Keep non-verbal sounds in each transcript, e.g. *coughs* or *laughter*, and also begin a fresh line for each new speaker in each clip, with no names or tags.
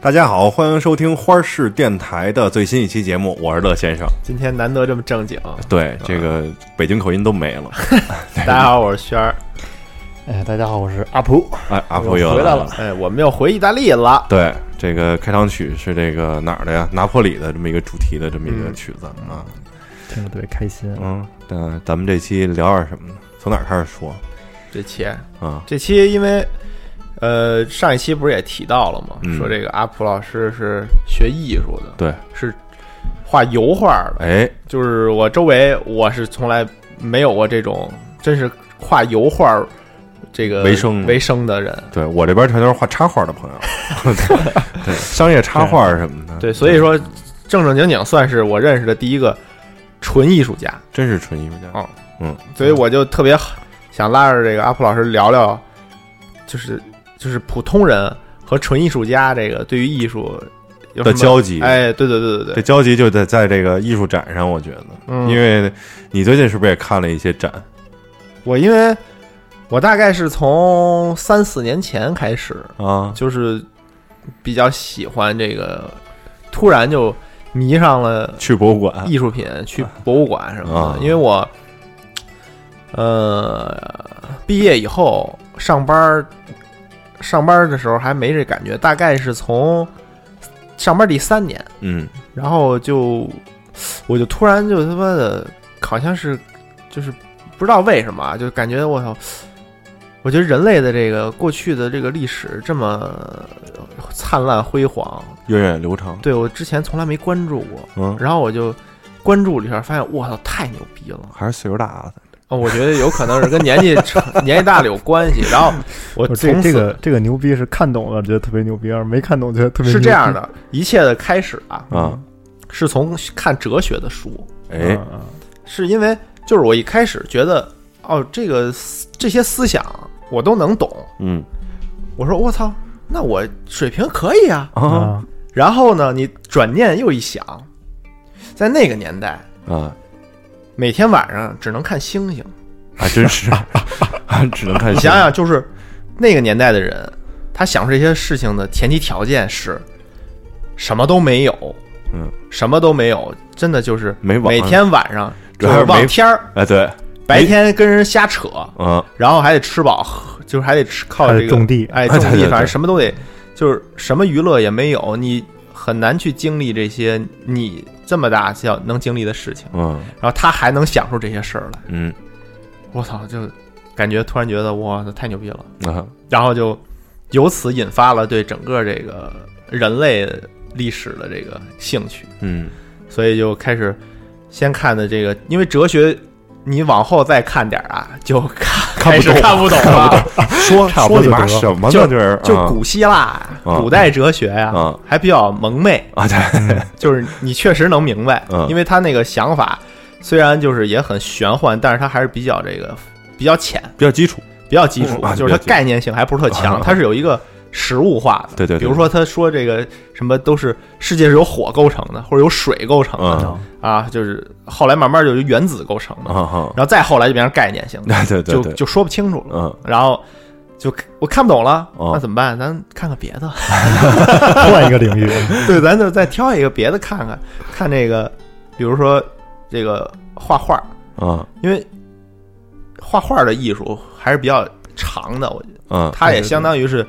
大家好，欢迎收听花式电台的最新一期节目，我是乐先生。啊
今天难得这么正经，
对，这个北京口音都没 *laughs* 了。
大家好，我是轩儿。
哎，大家好，我是阿普。
哎，阿婆又
回来
了。
哎，我们又回意大利了。
对，这个开场曲是这个哪儿的呀？拿破里的这么一个主题的这么一个曲子啊。
听着特别开心。
嗯，那咱们这期聊点什么呢？从哪儿开始说
这期，
啊？
这期因为呃上一期不是也提到了吗？
嗯
说这个阿普老师是学艺术的，
对，
是画油画的。
哎，
就是我周围我是从来没有过这种真是画油画这个
为生
为生的人。
对我这边全都是画插画的 *laughs* 朋友，对，商业插画什么的，
对，所以说正正经经算是我认识的第一个纯艺术家。
真是纯艺术家。
哦所以我就特别想拉着这个阿普老师聊聊，就是就是普通人和纯艺术家这个对于艺术有什
的
么
交集
哎，对对对对
这
对，
交集就在在这个艺术展上，我觉得，
嗯
因为你最近是不是也看了一些展？
我因为我大概是从三四年前开始，
啊，
就是比较喜欢这个，突然就迷上了
去博物馆，
艺术品，去博物馆什么
啊
的，因为我呃毕业以后上班儿上班儿的时候还没这感觉，大概是从上班第三年，
嗯，
然后就我就突然就他妈的，好像是就是不知道为什么啊，就感觉我操，我觉得人类的这个过去的这个历史这么灿烂辉煌，
源远流长，
对我之前从来没关注过，
嗯，
然后我就关注了一下，发现我操太牛逼了、
还是岁数大了，
哦！我觉得有可能是跟年纪成 *laughs* 年纪大了有关系。然后我
*laughs* 我
从
这
此
这个这个牛逼是看懂了，觉得特别牛逼；要是没看懂，觉得特别
是
牛逼
这样的，一切的开始啊，
啊，
是从看哲学的书，
哎，
嗯
是因为就是我一开始觉得哦，这个这些思想我都能懂，
嗯
我说我操，那我水平可以啊。
嗯
啊
啊，
然后呢，你转念又一想，在那个年代，
啊，
每天晚上只能看星星。
还真是，只能看
你想想，就是那个年代的人，他享受这些事情的前提条件是什么都没有，
嗯，
什么都没有，真的就是
没网
每天晚上
主
就
要是
是
没
望天儿，
哎，对，
白天跟人瞎扯，
嗯，
然后还得吃饱，喝，就是还得吃靠
还
这
得
个
种地
哎，
*laughs* 对对
种地，
对
反正什么都得，就是什么娱乐也没有，你很难去经历这些你这么大要能经历的事情，
嗯
然后他还能享受这些事儿来，
嗯
我操，就感觉突然觉得哇，太牛逼了，
啊，
然后就由此引发了对整个这个人类历史的这个兴趣，
嗯
所以就开始先看的这个，因为哲学。你往后再看点儿啊， *laughs* 就看
看不
开始
懂
看不懂了。
说
差
说你
不多就
妈
得了
什么呢？
就
这是
就
啊
古希腊、
啊
古代哲学呀、
啊
还比较蒙昧，
啊，对，
就是你确实能明白，
嗯
因为他那个想法虽然就是也很玄幻，但是他还是比较这个比较浅，
比较基础，
比较基础，
嗯啊
就是
比较
它
基础
概念性还不是特强，
啊
它是有一个实物化的。
对对对
比如说他说这个什么都是世界是由火构成的，或者由水构成的、
嗯
啊，就是后来慢慢就由原子构成的，
啊哈，
然后再后来就变成概念性的，
对对对
就
对，
就说不清楚了。
嗯，
然后就我看不懂了，
哦
那怎么办？咱看看别的。
啊换一个领域，
*laughs* 对，咱就再挑一个别的看看，看这个，比如说这个画画，
啊
因为画画的艺术还是比较长的，我觉得
啊，
它也
对对
相当于是。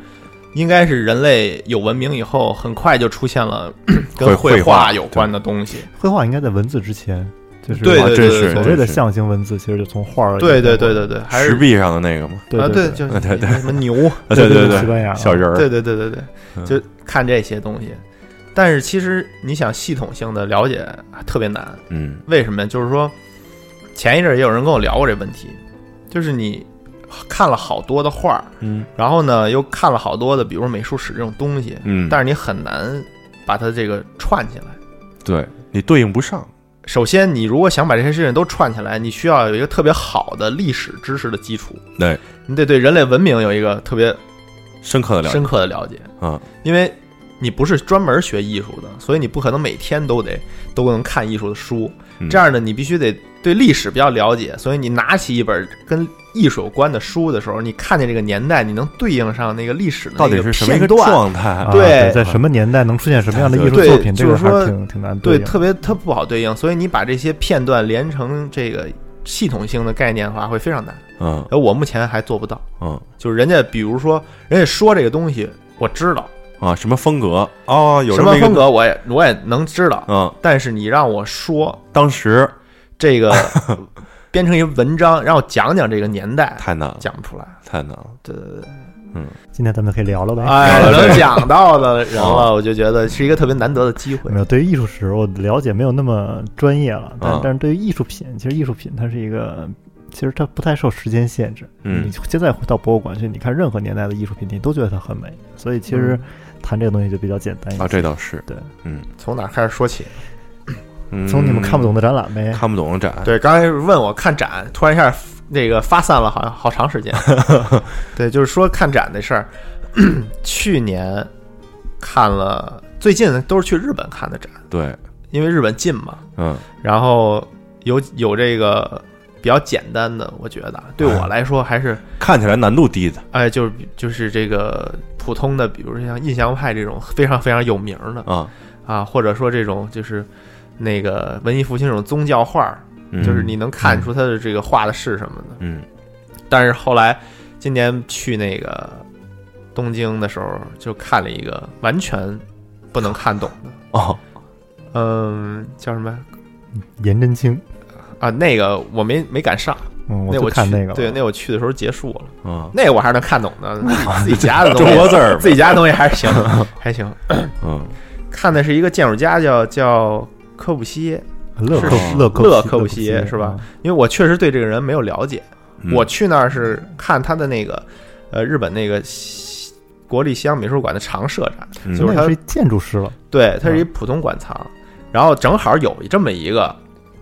应该是人类有文明以后，很快就出
*clears throat*
现了
绘
跟
绘画
画有关的东西。
绘画应该在文字之前，就是
对
啊
对
真
对
是
对
所谓
真
的
是
象形文字，其实就从画儿
对对对对对，还
石
是
壁上的那个嘛，
对
啊，对，
对
就是
对对
什么
*laughs*
牛，
啊对
对
对
西，班牙
小人儿
对对对对对，
嗯
就看这些东西。但是其实你想系统性的了解特别难，
嗯
为什么呀？就是说，前一阵儿也有人跟我聊过这问题，就是你看了好多的画儿，
嗯
然后呢又看了好多的，比如美术史这种东西，
嗯，
但
是
是你很难把它这个串起来。
对你对应不上，
首先，你如果想把这些事情都串起来，你需要有一个特别好的历史知识的基础，
对，
你得对人类文明有一个特别
深刻的了解
深刻的了解，
啊，
因为你不是专门学艺术的，所以你不可能每天都得都能看艺术的书
嗯。
这样呢，你必须得对历史比较了解，所以你拿起一本跟艺术有关的书的时候，你看见这个年代，你能对应上那个历史的
到底是什么一
一
个状态？
啊
对
在什么年代能出现什么样的艺术
对
作品，这
就是
个还
说
挺挺难
对，
应
特别它不好对应，所以你把这些片段连成这个系统性的概念的话，会非常难。
嗯
而哎我目前还做不到，
嗯
就是人家比如说人家说这个东西，我知道
啊，什么风格哦，有
什
这么
么
一
风
个
格，我也我也能知道，
嗯，
但是你让我说
当时 *laughs*
这个编成一文章，让我讲讲这个年代，
太难了，
讲不出来。
太难了。
对对对，
今天咱们可以聊聊呗。
哎，我能讲到的人
哦
了，我就觉得是一个特别难得的机会
嗯
没。有，对于艺术史我了解没有那么专业了，但、
啊
但是对于艺术品，其实艺术品它是一个，其实它不太受时间限制。你
嗯
现在到博物馆去，你看任何年代的艺术品，你都觉得它很美，所以其实
嗯
谈这个东西就比较简单一些。
啊，这倒是，
对，
从哪儿开始说起？
嗯
从你们看不懂的展览呗。
看不懂的展，
对，刚才问我看展，突然一下那个发散了，好像好长
*laughs*
时间。对，就是说看展的事儿。去年看了，最近都是去日本看的展，
对，
因为日本近嘛。
嗯
然后有有这个比较简单的，我觉得啊对
哎
我来说还是
看起来难度低的
哎，就是就是这个普通的，比如说像印象派这种非常非常有名儿的
啊，
啊，或者说这种就是那个文艺复兴这种宗教画儿，
嗯
就是你能看出他的这个画的是什么的。
嗯
但是后来今年去那个东京的时候，就看了一个完全不能看懂的，
哦
嗯，叫什么
颜真卿，
啊？那个我没没赶上，
嗯，
那
就
我
看
去
那个了，
对，那我去的时候结束了，
嗯
那个我还是能看懂的，自己家的东
中
西，
国字儿吧，
*laughs* 自己家的东西还是行，还行。
嗯
看的是一个建筑家叫叫科布西耶，
勒
是
克勒克
勒
布
克布
西
西
耶
耶是吧？因为我确实对这个人没有了解，
嗯
我去那儿是看他的那个呃日本那个西国立西洋美术馆的常设展，
嗯
就是他
那个是一建筑师了，
对，它
嗯
是一普通馆藏，然后正好有这么一个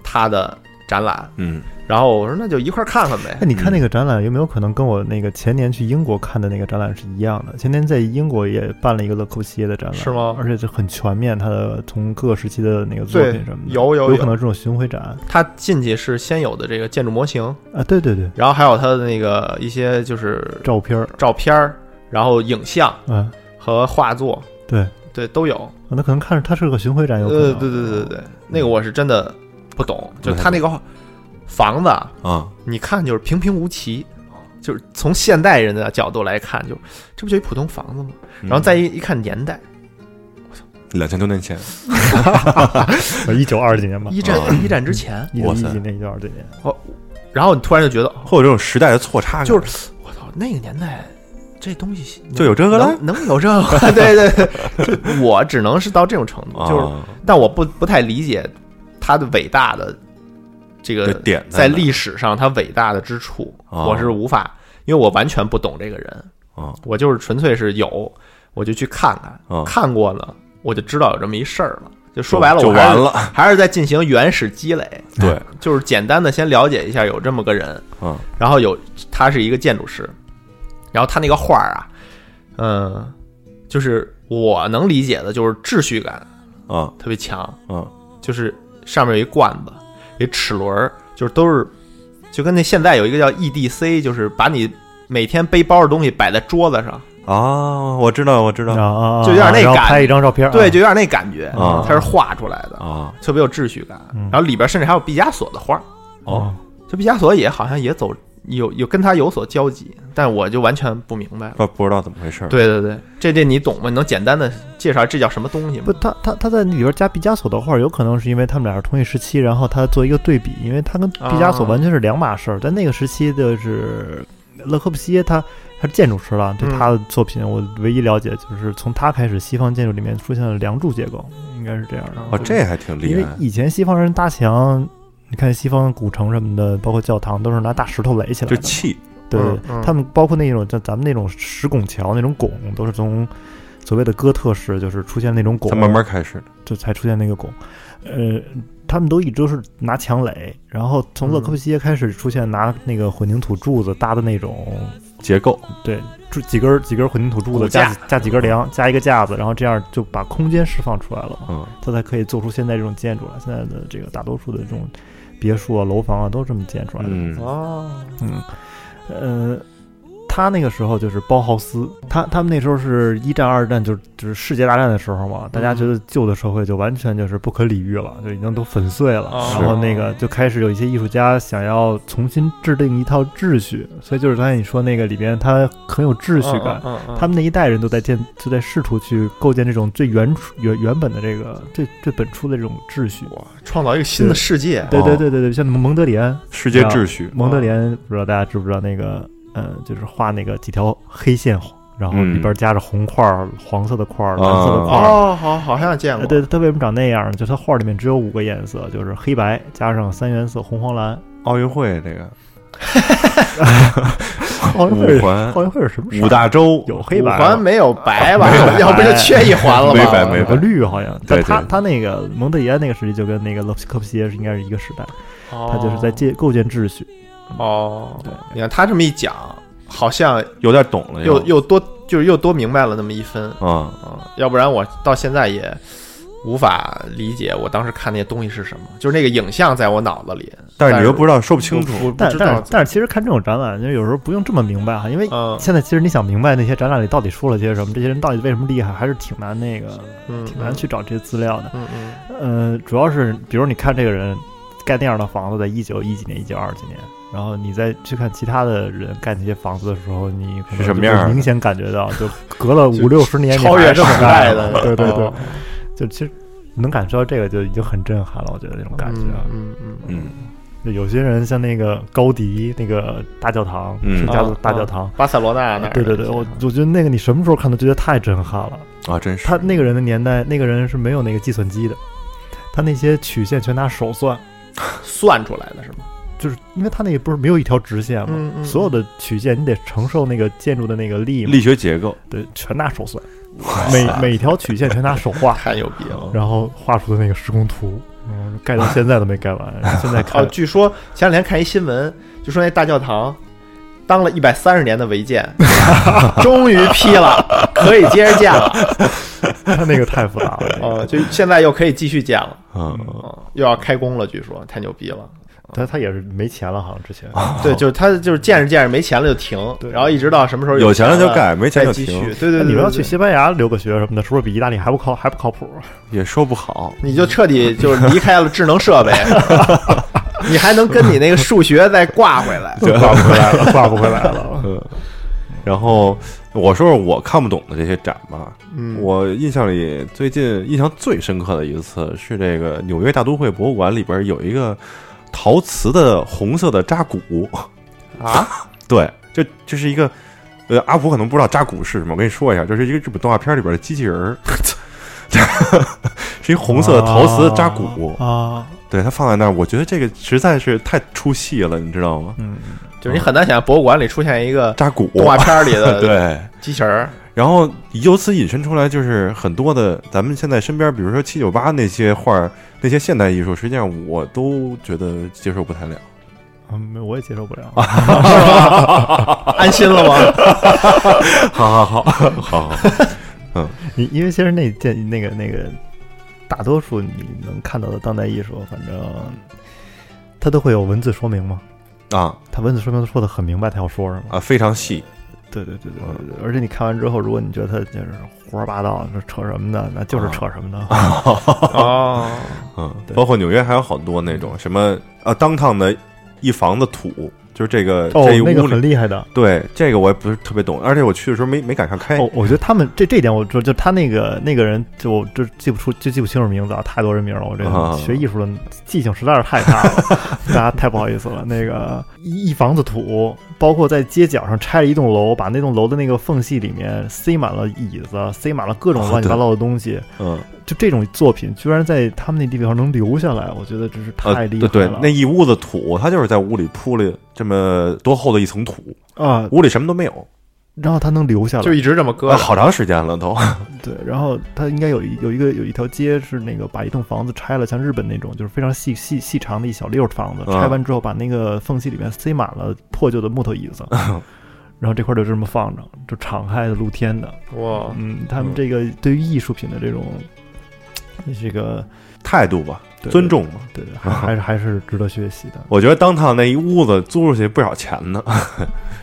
他的展览，
嗯
然后我说那就一块儿看看呗
哎那。你看那个展览有没有可能跟我那个前年去英国看的那个展览是一样的？前年在英国也办了一个勒克西耶的展览，
是吗
而且就很全面，它的从各个时期的那个作品什么的，
有有
有
有
可能这种巡回展啊，
他进去是先有的这个建筑模型，
对对对，
然后还有他的那个一些就是
照片儿，
照片儿，然后影像
嗯、
和画作，
对，
对都有。
那可能看着它是个巡回展，有可能，啊
呃，对对对对对，那个我是真的不懂，就他那个房子啊，
啊
你看就是平平无奇，就是从现代人的角度来看，就这不就一普通房子吗？
嗯
然后再一一看年代，
两千多年前，
啊一九二几年吧，
一战
啊
一战之前，
一九
哇
一
塞
几年一九二几年，
然后你突然就觉得，哦
会有这种时代的错差感，
就是我操，那个年代这东西
就有这个了
能能有这
*laughs*
个？对对对，就我只能是到这种程度，
啊
就是，但我不不太理解他的伟大的这
这
个
点
呃在
哪
历史上他伟大的之处，
哦
我是无法，因为我完全不懂这个人，
啊
我就是纯粹是有，我就去看看，
啊，
看过呢，我就知道有这么一事儿了。就说白了，
就
我还是
完，了，
还是在进行原始积累，
对，
就是简单的先了解一下有这么个人，
嗯，
然后有他是一个建筑师，然后他那个画儿啊，嗯，就是我能理解的，就是秩序感
啊
特别强，
啊
就是上面有一罐子，有一齿轮儿，就是都是，就跟那现在有一个叫 EDC，就是把你每天背包的东西摆在桌子上，
啊，我知道，我知
啊
道
啊，啊
就有点那
然后
感觉
拍一张照
嗯
片，
对，
啊
就有点那感觉，
啊
它是画出来的，
啊，
特别有秩序感
嗯。
然后里边甚至还有毕加索的画，
哦，
就毕加索也好像也走有有跟他有所交集，但我就完全不明白了。
不不知道怎么回事儿，
对对对，这这你懂吗？你能简单的介绍这叫什么东西吗
不，？他他他在里边加毕加索的画，有可能是因为他们俩是同一时期，然后他做一个对比，因为他跟毕加索
啊
完全是两码事儿。在那个时期的是呃勒克布西耶他，他是建筑师了，对
嗯
他的作品，我唯一了解就是从他开始，西方建筑里面出现了梁柱结构，应该是这样的。
哦，这还挺
因
厉
为
害，
以前西方人搭墙，你看西方古城什么的，包括教堂，都是拿大石头垒起来
就
的。
气，
对，
嗯嗯
他们包括那种像咱们那种石拱桥那种拱，都是从所谓的哥特式，就是出现那种拱，
它慢慢开始的，
就才出现那个拱。呃，他们都一直都是拿墙垒，然后从勒克布
嗯
西耶开始出现拿那个混凝土柱子搭的那种，
结构，
对，柱几根儿几根儿混凝土柱
骨
子
架嗯
加加几根梁，加一个架子，然后这样就把空间释放出来了，
嗯
它才可以做出现在这种建筑来。现在的这个大多数的这种别墅啊、楼房啊都是这么建出来的。
嗯
哦，
嗯，呃，他那个时候就是包豪斯，他他们那时候是一战、二战，就是就是世界大战的时候
嗯
嘛，大家觉得旧的社会就完全就是不可理喻了，就已经都粉碎了。
哦
然后那个就开始有一些艺术家想要重新制定一套秩序，所以就是刚才你说那个里边，它很有秩序感。
嗯，嗯嗯
他们那一代人都在建，就在试图去构建这种最原初原原本的这个最最本初的这种秩序。
哇，创造一个新的世界，
对对对对对，像蒙德里安，
世界秩序，
蒙德里安不知道大家知不知道那个，呃，就是画那个几条黑线，然后里边加着红块儿、黄色的块儿、蓝色
啊
的块儿。
哦，好，好像见
呃
过，
对，他为什么长那样呢？就他画里面只有五个颜色，就是黑白加上三原色，红黄蓝。
奥运会这个
奥运
*laughs* 五
会，
环
奥运会是什么色？
五大洲
有黑
五
白
环
吗，
没有白吧
没有？白
要不就缺一环了吧？
没白没
有个绿好像。
对
但
对
他他那个蒙德里安那个时期就跟那个勒科布西耶是应该是一个时代，
哦
他就是在建构建秩序。
哦。
对，
你看他这么一讲，好像
有点懂了
又又多就是又多明白了那么一分
啊，
啊，要不然我到现在也无法理解我当时看那些东西是什么，就是那个影像在我脑子里，
但是
但
你
是
又不知道，说不清
我
楚。
不
但
知
但
道
是，但是其实看这种展览，就有时候不用这么明白哈，因为
嗯
现在其实你想明白那些展览里到底说了些什么，这些人到底为什么厉害，还是挺难那个，
嗯，
挺难去找这些资料的。
嗯，嗯
呃，主要是比如你看这个人盖那样的房子，在一九一几年、一九二几年，然后你再去看其他的人盖那些房子的时候，你可能
是什么
就会
样儿的
明显感觉到，就隔了
就
五六十年
嗯， *laughs* 超越
这
时
么
代
盖
的，
*laughs* 对对
*laughs*
对
哦，
就其实能感受到这个就已经很震撼了，我觉得这种感觉。啊
嗯嗯嗯，
嗯，
就有些人像那个高迪那个大教堂，
嗯
是
嗯
叫做
啊
大教堂。
巴塞罗那那儿
对对对，我我觉得那个你什么时候看都觉得太震撼了。
啊，真是
他那个人的年代，那个人是没有那个计算机的，他那些曲线全拿手算，
算出来的是吗？
就是因为他那个不是没有一条直线嘛，
嗯嗯嗯
所有的曲线你得承受那个建筑的那个力嘛，
力学结构，
对，全拿手算，每每条曲线全拿手
*laughs*
画，
嗯太牛逼了！
然后画出的那个施工图，嗯，盖到现在都没盖完，
*laughs*
现在
哦，
看
据说前两天看一新闻，就说那大教堂当了一百三十年的违建， *laughs* 终于批了，可以接着建了。
他那个太复杂了，那
*laughs*
个
哦，就现在又可以继续建了，
嗯，
哦，又要开工了，据说太牛逼了。
他他也是没钱了，好像之前。
对，就是他就是建着建着没钱了就停，
对
然后一直到什么时候
有
钱
钱了就盖，没钱
嗯再
就
继续
停，。
对对对，
哎你们要
对
去
对
西班牙留个学什么的，是不是比意大利还不靠还不靠谱？
也说不好。
你就彻底就是离开了智能
*laughs*
设备，你还能跟你那个数学再挂回来。
挂不回来了，挂不回来了。
嗯，然后我说说我看不懂的这些展吧。
嗯，
我印象里最近印象最深刻的一次是这个纽约大都会博物馆里边有一个陶瓷的红色的扎古，
*laughs* 啊，
*laughs* 对，这这是一个。呃，阿普可能不知道扎古是什么，我跟你说一下，就是一个日本动画片里边的机器人儿， *laughs* 是一红色的陶瓷扎古，
啊，
对，它放在那儿，我觉得这个实在是太出戏了，你知道吗？
嗯，
就是你很难想象博物馆里出现一个
扎古，
动画片里的
对，
机器人儿，
然后由此引申出来，就是很多的咱们现在身边，比如说七九八那些画儿、那些现代艺术，实际上我都觉得接受不太了。
嗯，没我也接受不了。
啊
安心
*laughs*
了吗？
好好好，好好，
你因为其实那件那个那个，大多数你能看到的当代艺术，反正它都会有文字说明嘛。
啊
它文字说明都说的很明白，它要说什么。
啊，嗯非常细，
对对对对对对。而且你看完之后，如果你觉得它就是胡说八道，说扯什么的，那
啊
就是扯什么的。
哦，
嗯
对，
包括纽约还有好多那种什么啊，当趟的一房子土，就是这个、
哦
这一，
那个
屋里，
很厉害的。
对这个我也不是特别懂，而且我去的时候没没赶上开，
哦，我觉得他们这这一点我，就就他那个那个人就，我就记不出，就记不清楚名字啊，太多人名了。我这
啊
学艺术的记性实在是太差了，大家太不好意思了。那个一一房子土，包括在街角上拆了一栋楼，把那栋楼的那个缝隙里面塞满了椅子，塞满了各种
啊
乱七八
对
糟的东西。
嗯
就这种作品，居然在他们那地方能留下来，我觉得真是
呃
太厉
对
害
对
了。，
那一屋子土，他就是在屋里铺了这么多厚的一层土，
啊，
屋里什么都没有，
然后他能留下来，
就一直这么搁
啊， *laughs*
着。
好长时间了都，
对，然后它应该有一有一个有一条街是那个把一栋房子拆了，像日本那种就是非常细细细长的一小溜房子，
嗯
拆完之后把那个缝隙里面塞满了破旧的木头椅子，
嗯
*laughs* 然后这块儿就这么放着，就敞开的露天的。
哦
哇，
嗯
嗯，他们这个对于艺术品的这种这个
态度吧，
对
尊重吧。
对，对还还是还是值得学习的。
我觉得当趟那一屋子租出去不少钱呢， *laughs*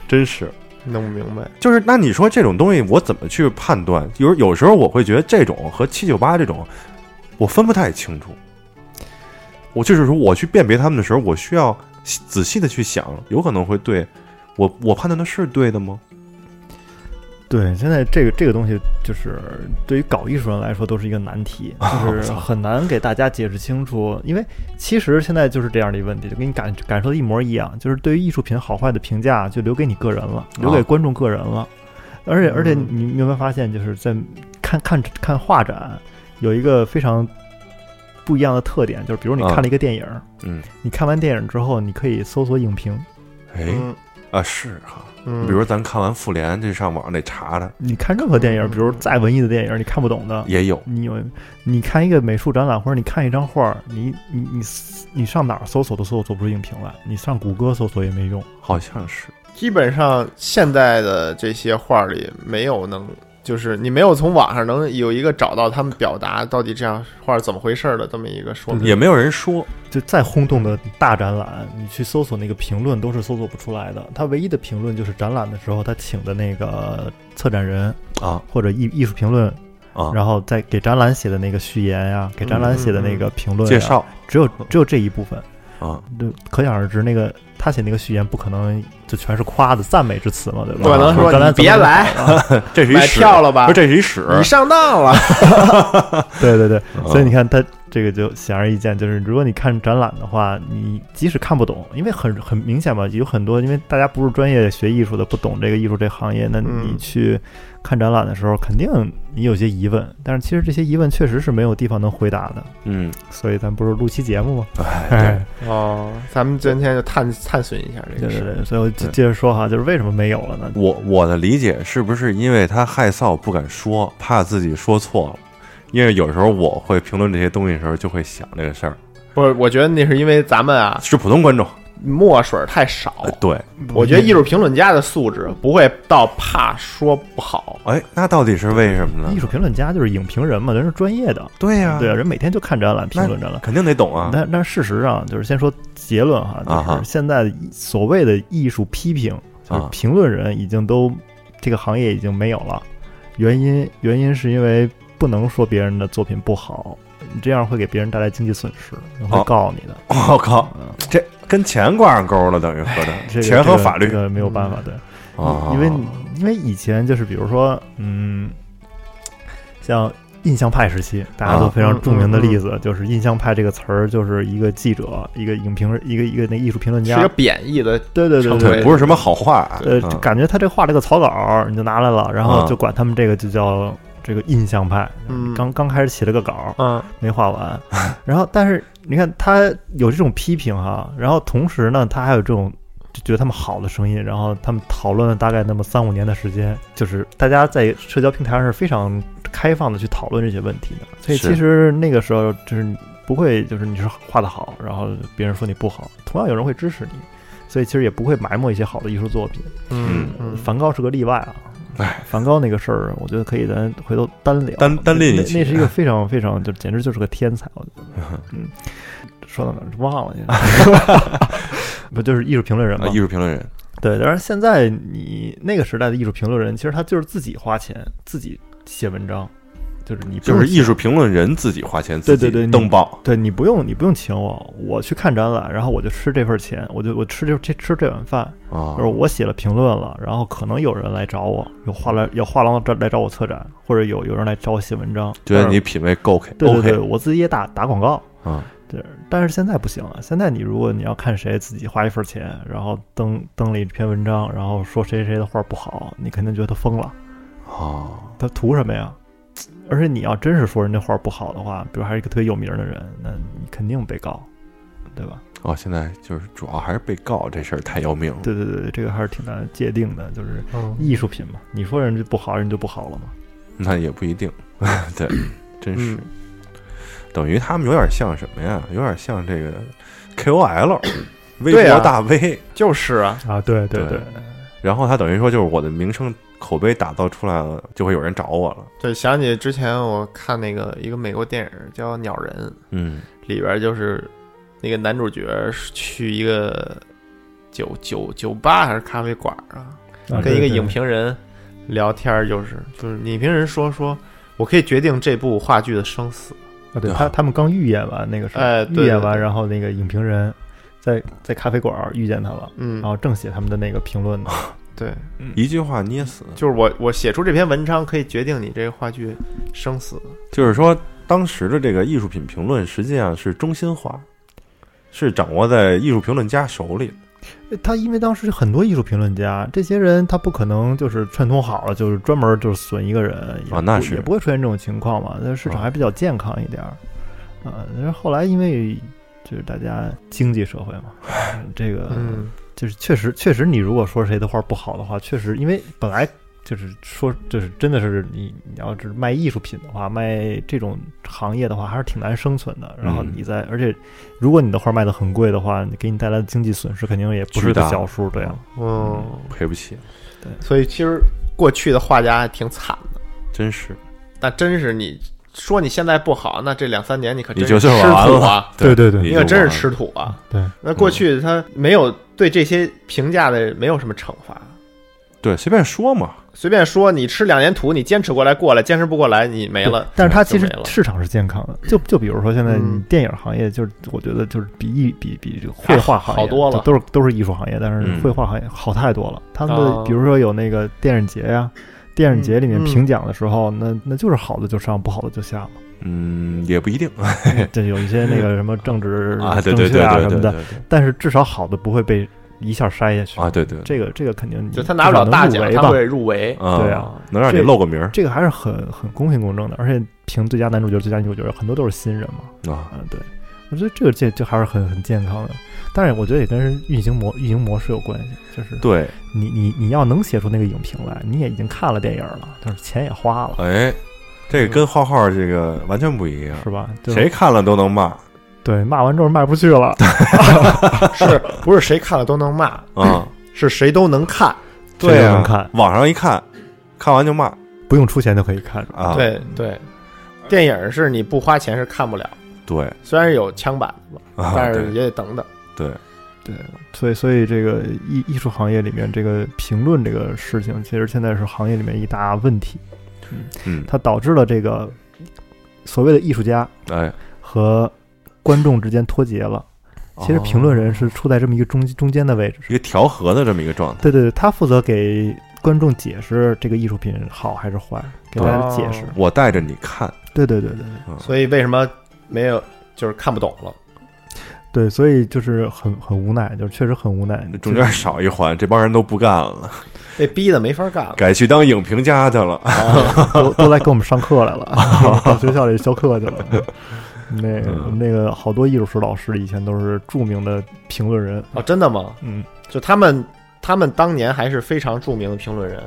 真是。
弄不明白。
就是那你说这种东西，我怎么去判断？有有时候我会觉得这种和七九八这种，我分不太清楚。我就是说，我去辨别他们的时候，我需要仔细的去想，有可能会对我我判断的是对的吗？
对，现在这个这个东西就是对于搞艺术人来说都是一个难题，就是很难给大家解释清楚。因为其实现在就是这样的一个问题，就跟你感感受的一模一样，就是对于艺术品好坏的评价就留给你个人了，留给观众个人了。而且而且
嗯
你你有没有发现，就是在看看看画展有一个非常不一样的特点，就是比如你
啊
看了一个电影，
嗯，
你看完电影之后，你可以搜索影评。
哎
嗯
啊是哈、
嗯，
比如咱看完《复联》，这上网上得查查，
你看任何电影，
嗯
比如再文艺的电影，你看不懂的，
也有
你有你看一个美术展览或者你看一张画儿，你你你你上哪儿搜索都搜索不出影评来，你上谷歌搜索也没用。
好像是
基本上现代的这些画里没有能，就是你没有从网上能有一个找到他们表达到底这样画怎么回事儿的这么一个说明。
也没有人说
就再轰动的大展览，你去搜索那个评论都是搜索不出来的。他唯一的评论就是展览的时候他请的那个策展人
啊
或者艺艺术评论，
啊，
然后再给展览写的那个序言呀、给展览写
嗯
的那个评论、
介，绍
只有只有这一部分。
啊，
就可想而知，那个他写那个序言不可能就全是夸的赞美之词嘛，对吧？
不可能说
刚才
你别来，
这是一
买
屎
票了吧
不是，这是一屎，
你上当了。
对对对，
啊
嗯
所以你看他这个就显而易见，就是如果你看展览的话，你即使看不懂，因为很很明显嘛，有很多因为大家不是专业学艺术的，不懂这个艺术这行业，那
嗯
你去看展览的时候，肯定你有些疑问，但是其实这些疑问确实是没有地方能回答的，
嗯，
所以咱不是录期节目吗？
哎，对
哎，
哦，咱们今天就探探寻一下这个
对对
事。
对，所以我就
对
接着说哈，就是为什么没有了呢？
我我的理解是不是因为他害臊不敢说，怕自己说错了？因为有时候我会评论这些东西的时候，就会想这个事儿，
不是，我觉得那是因为咱们啊
是普通观众，
墨水儿太少
呃。对，
我觉得艺术评论家的素质不会到怕说不好。
哎，那到底是为什么呢
艺？术评论家就是影评人嘛，人是专业的，
对呀、
嗯
对啊，人每天就看展览、评论展览。
肯定得懂啊，
但但事实上，就是先说结论哈，
啊哈
就是现在所谓的艺术批评，就是
啊
评论人已经都这个行业已经没有了。原因原因是因为不能说别人的作品不好，你这样会给别人带来经济损失，会
哦
告你的。
我、靠，
嗯
这跟钱挂上钩了，等于合着
哎这个
钱和法律
这个这个没有办法，对。
啊，
因为因为以前就是比如说，嗯，像印象派时期，大
啊
家都非
嗯
常著名的例子，就是印象派这个词儿，就是一个记者、一个影评人、一个一个那艺术评论
是
家
一个，贬义的，
对对对
称
啊对
谓
不是什么好话啊，
呃，
嗯
就感觉他这画了个草稿，你就拿来了，然后
啊
就管他们这个就叫这个印象派。
嗯，
刚刚开始起了个稿，
嗯，
没画完，然后但是你看他有这种批评哈，然后同时呢，他还有这种就觉得他们好的声音，然后他们讨论了大概那么三五年的时间，就是大家在社交平台上是非常开放的去讨论这些问题的，所以
是
其实那个时候就是不会就是你是画的好，然后别人说你不好，同样有人会支持你，所以其实也不会埋没一些好的艺术作品。
嗯嗯，
梵高是个例外啊。
哎，
梵高那个事儿，我觉得可以咱回头单聊，
单单拎一
那
期
那是一个非常非常，就简直就是个天才，我觉得。
*laughs*
嗯，说到哪儿忘了，现在不就是艺术评论人
啊
吗？
艺术评论人
对，当然现在你那个时代的艺术评论人，其实他就是自己花钱自己写文章，就是你不
就
用
是艺术评论人自己花钱，
对
自己
对对你
登报，
对你不用你不用请我，我去看展览，然后我就吃这份钱，我就我吃这这吃这碗饭，
啊
就是我写了评论了，然后可能有人来找我，有画来有画廊找来找我策展，或者有有人来找我写文章，
觉得
但
你
是
品味够 OK 啊
对对对
OK
我自己也打打广告，
啊，
对，但是现在不行了。现在你如果你要看谁自己花一份钱，然后登登了一篇文章，然后说谁谁的画不好，你肯定觉得他疯了，
哦，
他图什么呀？而且你要真是说人家画不好的话，比如还是一个特别有名的人，那你肯定被告，对吧？
哦，现在就是主要还是被告这事儿太要命了。
对对对，对这个还是挺难界定的，就是
嗯
艺术品嘛，你说人家不好，人家就不好了嘛。
那也不一定，对，真是、
嗯
等于他们有点像什么呀？有点像这个 *coughs* KOL 微
对
博
啊
大 V，、
就是啊，
啊，对
对
对，
然后他等于说就是我的名声口碑打造出来了，就会有人找我了。
对，想起之前我看那个一个美国电影叫《鸟人
嗯》，
里边就是那个男主角是去一个酒酒酒吧还是咖啡馆啊，
啊
跟一个
对对
影评人聊天儿，就是就是影评人说说，我可以决定这部话剧的生死。
啊，对他他们刚预演完那个事儿，
哎对
预演完，
对对
然后那个影评人在在咖啡馆儿遇见他了，
嗯
然，后正写他们的那个评论呢，
对，
一句话捏死，
就是我我写出这篇文章可以决定你这个话剧生死。
就是说当时的这个艺术品评论实际上是中心化，是掌握在艺术评论家手里的。
他因为当时很多艺术评论家，这些人他不可能就是串通好了，就是专门就是损一个人也
啊那
不
是
也不会出现这种情况嘛。那市场
啊
还比较健康一点儿，啊，但是后来因为就是大家经济社会嘛， *laughs* 这个
嗯，
就是确实确实，你如果说谁的画不好的话，确实因为本来就是说就是真的是你你要是卖艺术品的话，卖这种行业的话还是挺难生存的。然后
嗯
你再、而且如果你的画卖的很贵的话，你给你带来的经济损失肯定也不是
巨
一个
大
小数，对啊。
哦，
赔不起，
所以其实过去的画家还挺惨的。
真是
那真是你说你现在不好，那这两三年你可真
你就是
吃
完
土啊
了！
对对对
你
你
就
可真是
完嗯
吃土啊！
对，
那过去他没有对这些评价的没有什么惩罚，
对，随便说嘛，
随便说你吃两年土，你坚持过来过来，坚持不过来你没了
对。但是它其
就
实
没了
市场是健康的，就就比如说现在
嗯
电影行业，就是我觉得就是比艺比比这个绘画行业
好多了
都都是都是艺术行业，但是
嗯
绘画行业好太多了。他们
哦
的比如说有那个电影节呀，电影节里面
嗯
评奖的时候，那那就是好的就上，不好的就下
*laughs*
了。
嗯，也不一定 *laughs*
这有一些那个什么政治
啊，对
正
对
确
对
啊
对
什
对
么
对
的，但是至少好的不会被一下筛下去
对啊，。对对，
这个这个肯定你
就他拿不了大奖，
至少能入围
他
吧
会
啊，
嗯入围。
对啊，
能让你
这
露个名儿
这个还是很很公平公正的，而且评最佳男主角、最佳女主角很多都是新人嘛。
啊，
嗯，对，我觉得这个这这还是很很健康的，但是我觉得也跟运行模运行模式有关系，就是
对，
你你你要能写出那个影评来，你也已经看了电影了，但是钱也花了，
哎，这个跟画画这个完全不一样，
是吧？就
谁看了都能骂
对骂完之后卖不去了，
嗯
是不是谁看了都能骂？
啊，
是谁都能看。
谁
对
都能
啊，
看，
网上一看，看完就骂
*laughs* 不用出钱就可以看。
啊，
对对，电影是你不花钱是看不了，
对
虽然有枪版的吧，
啊，
但是
对
也得等等。
对，
所以所以这个艺艺术行业里面这个评论这个事情，其实现在是行业里面一大问题，
嗯，
它导致了这个所谓的艺术家
哎，
和观众之间脱节了。其实评论人是处在这么一个中中间的位置。
哦一个调和的这么一个状态，
对对对，他负责给观众解释这个艺术品好还是坏，给大家解释。
哦
我带着你看，
对对对对对
啊
所以为什么没有就是看不懂了？
对，所以就是很很无奈，就是确实很无奈。
*laughs*
中间少一环，这帮人都不干了，
被逼的没法干了。
改去当影评家去了。
都都来给我们上课
*laughs*
来了，到学校里教课去了。那个
嗯
我们那个好多艺术史老师以前都是著名的评论人， *laughs*
哦，真的吗？
嗯，
就他们，他们当年还是非常著名的评论人。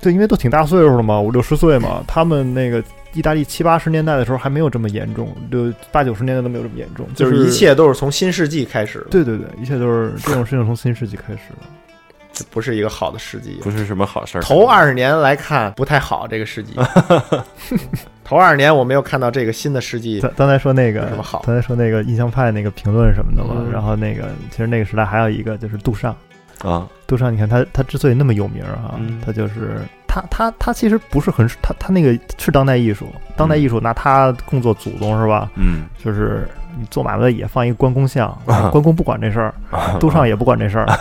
对，因为都挺大岁数了嘛，五六十岁嘛，他们那个意大利七八十年代的时候还没有这么严重，就八九十年代都没有这么严重，
就是是一切都是从新世纪开始，
对对对，一切都是这种事情从新世纪开始的。
这不是一个好的世纪。
不是什么好事儿。
头二十年来看不太好，这个世
*laughs*
纪。头二十年我没有看到这个新的世纪。
咱刚才说那
有什
个
么好，
刚才说那个印象派那个评论什么的嘛，
嗯
然后那个其实那个时代还有一个就是杜尚，
啊，
杜尚你看他他之所以那么有名啊，
嗯
他就是他他他其实不是很他他那个是当代艺术，当
嗯
代艺术拿他工作祖宗是吧？
嗯，
就是你做买卖的也放一个关公像，
*laughs*
关公不管这事儿，杜尚也不管这事儿。 *laughs*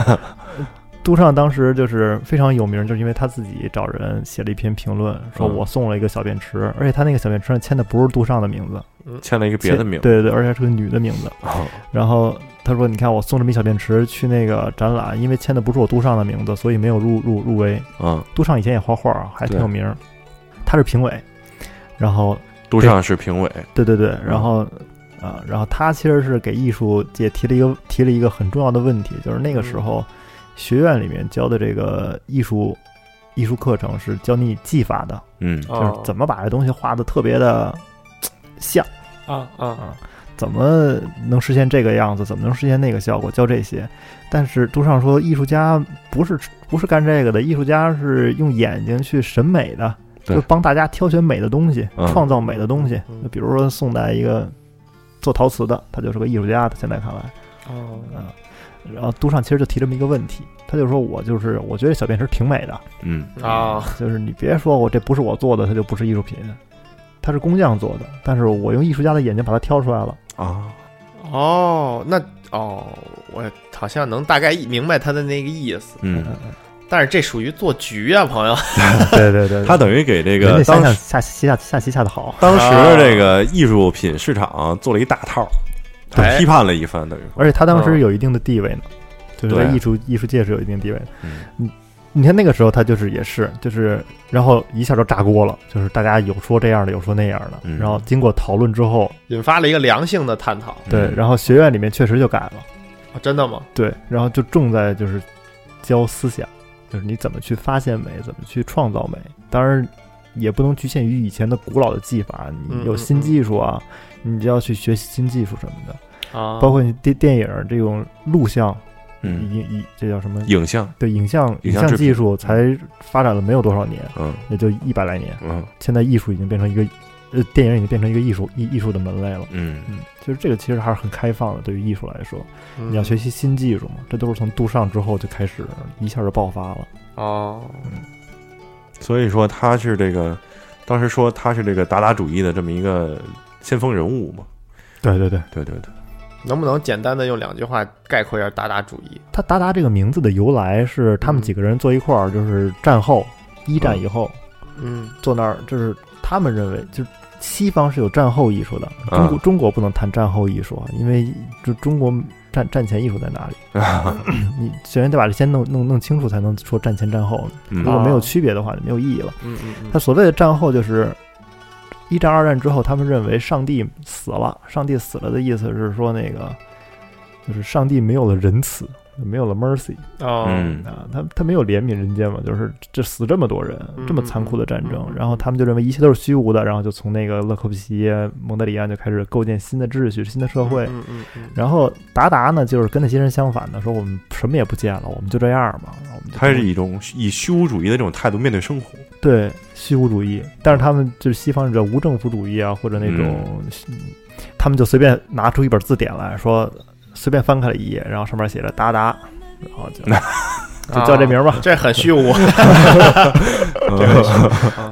杜尚当时就是非常有名，就是因为他自己找人写了一篇评论，说
嗯
我送了一个小便池，而且他那个小便池上签的不是杜尚的名字，
签了一个别的名
签，对对对，而且还是个女的名字。
啊
然后他说：“你看，我送这么一小便池去那个展览，因为签的不是我杜尚的名字，所以没有入入入围。
啊，
杜尚以前也画画，还挺
对
有名儿，他是评委。然后，
杜尚是评委，
对对对，
嗯
然后啊、然后他其实是给艺术界提了一个提了一个很重要的问题，就是那个
嗯
时候学院里面教的这个艺术艺术课程是教你技法的，
嗯
就是
哦
怎么把这东西画的特别的像。
啊啊
啊怎么能实现这个样子，怎么能实现那个效果，教这些。但是杜尚说，艺术家不是不是干这个的，艺术家是用眼睛去审美的，
对
就帮大家挑选美的东西，
嗯
创造美的东西
嗯。
就比如说宋代一个做陶瓷的，他就是个艺术家的，现在看来。
哦，
啊，然后杜尚其实就提这么一个问题，他就说我就是我觉得小便池挺美的，
嗯
啊，
就是你别说我这不是我做的，它就不是艺术品，它是工匠做的，但是我用艺术家的眼睛把它挑出来了。
啊，
哦，那哦，我好像能大概明白他的那个意思，
嗯，
但是这属于做局啊，朋友。 *laughs*
对对对
他等于给这
人
个
家下
当
下
时
下下下棋下的好，
当时的这个艺术品市场做了一大套，他
哎
批判了一番，等于说
而且他当时有一定的地位呢，就是在
对
艺术艺术界是有一定地位的。
嗯
你看那个时候他就是也是就是，然后一下就炸锅了，就是大家有说这样的，有说那样的，
嗯
然后经过讨论之后，
引发了一个良性的探讨，
对，
嗯
然后学院里面确实就改了。
啊真的吗？
对，然后就重在就是教思想，就是你怎么去发现美，怎么去创造美。当然，也不能局限于以前的古老的技法，
嗯
你有新技术啊，你就要去学习新技术什么的。
啊，
包括你电电影儿这种录像，
嗯，
影影这叫什么？
影像，
对，影像
影
影
像制品
像技术才发展了没有多少年，
嗯
也就一百来年。
嗯
现在艺术已经变成一个，呃，电影已经变成一个艺术艺艺术的门类了。
嗯
嗯，就是这个其实还是很开放的，对于艺术来说。
嗯
你要学习新技术嘛，这都是从杜尚之后就开始一下就爆发了。
哦，
所以说他是这个，当时说他是这个达达主义的这么一个先锋人物嘛。
对对对，
对对 *laughs* 对，
能不能简单的用两句话概括一下达达主义？
他达达这个名字的由来是他们几个人坐一块儿，就是战后一战以后、
嗯，
坐那儿，就是他们认为就是。西方是有战后艺术的，中国、
啊
中国不能谈战后艺术啊，因为就中国战战前艺术在哪里？
嗯
你首先得把这先弄弄弄清楚，才能说战前战后。
嗯
如果
啊
没有区别的话，就没有意义了。
嗯嗯
他所谓的战后就是一战、二战之后，他们认为上帝死了。上帝死了的意思是说，那个就是上帝没有了仁慈，没有了 mercy
嗯，哦，
嗯
啊，他他没有怜悯人间嘛，就是这死这么多人
嗯，
这么残酷的战争
嗯嗯，
然后他们就认为一切都是虚无的，然后就从那个勒科布西耶、蒙德里安就开始构建新的秩序、新的社会。
嗯嗯嗯，
然后达达呢，就是跟那些人相反的，说我们什么也不见了，我们就这样吧。然后我们就
他是一种以虚无主义的这种态度面对生活。
对虚无主义，但是他们就是西方叫无政府主义啊，或者那种，
嗯
他们就随便拿出一本字典来说，随便翻开了一页，然后上面写着达达，然后就就叫这名儿吧
啊这很虚无。 *laughs*
嗯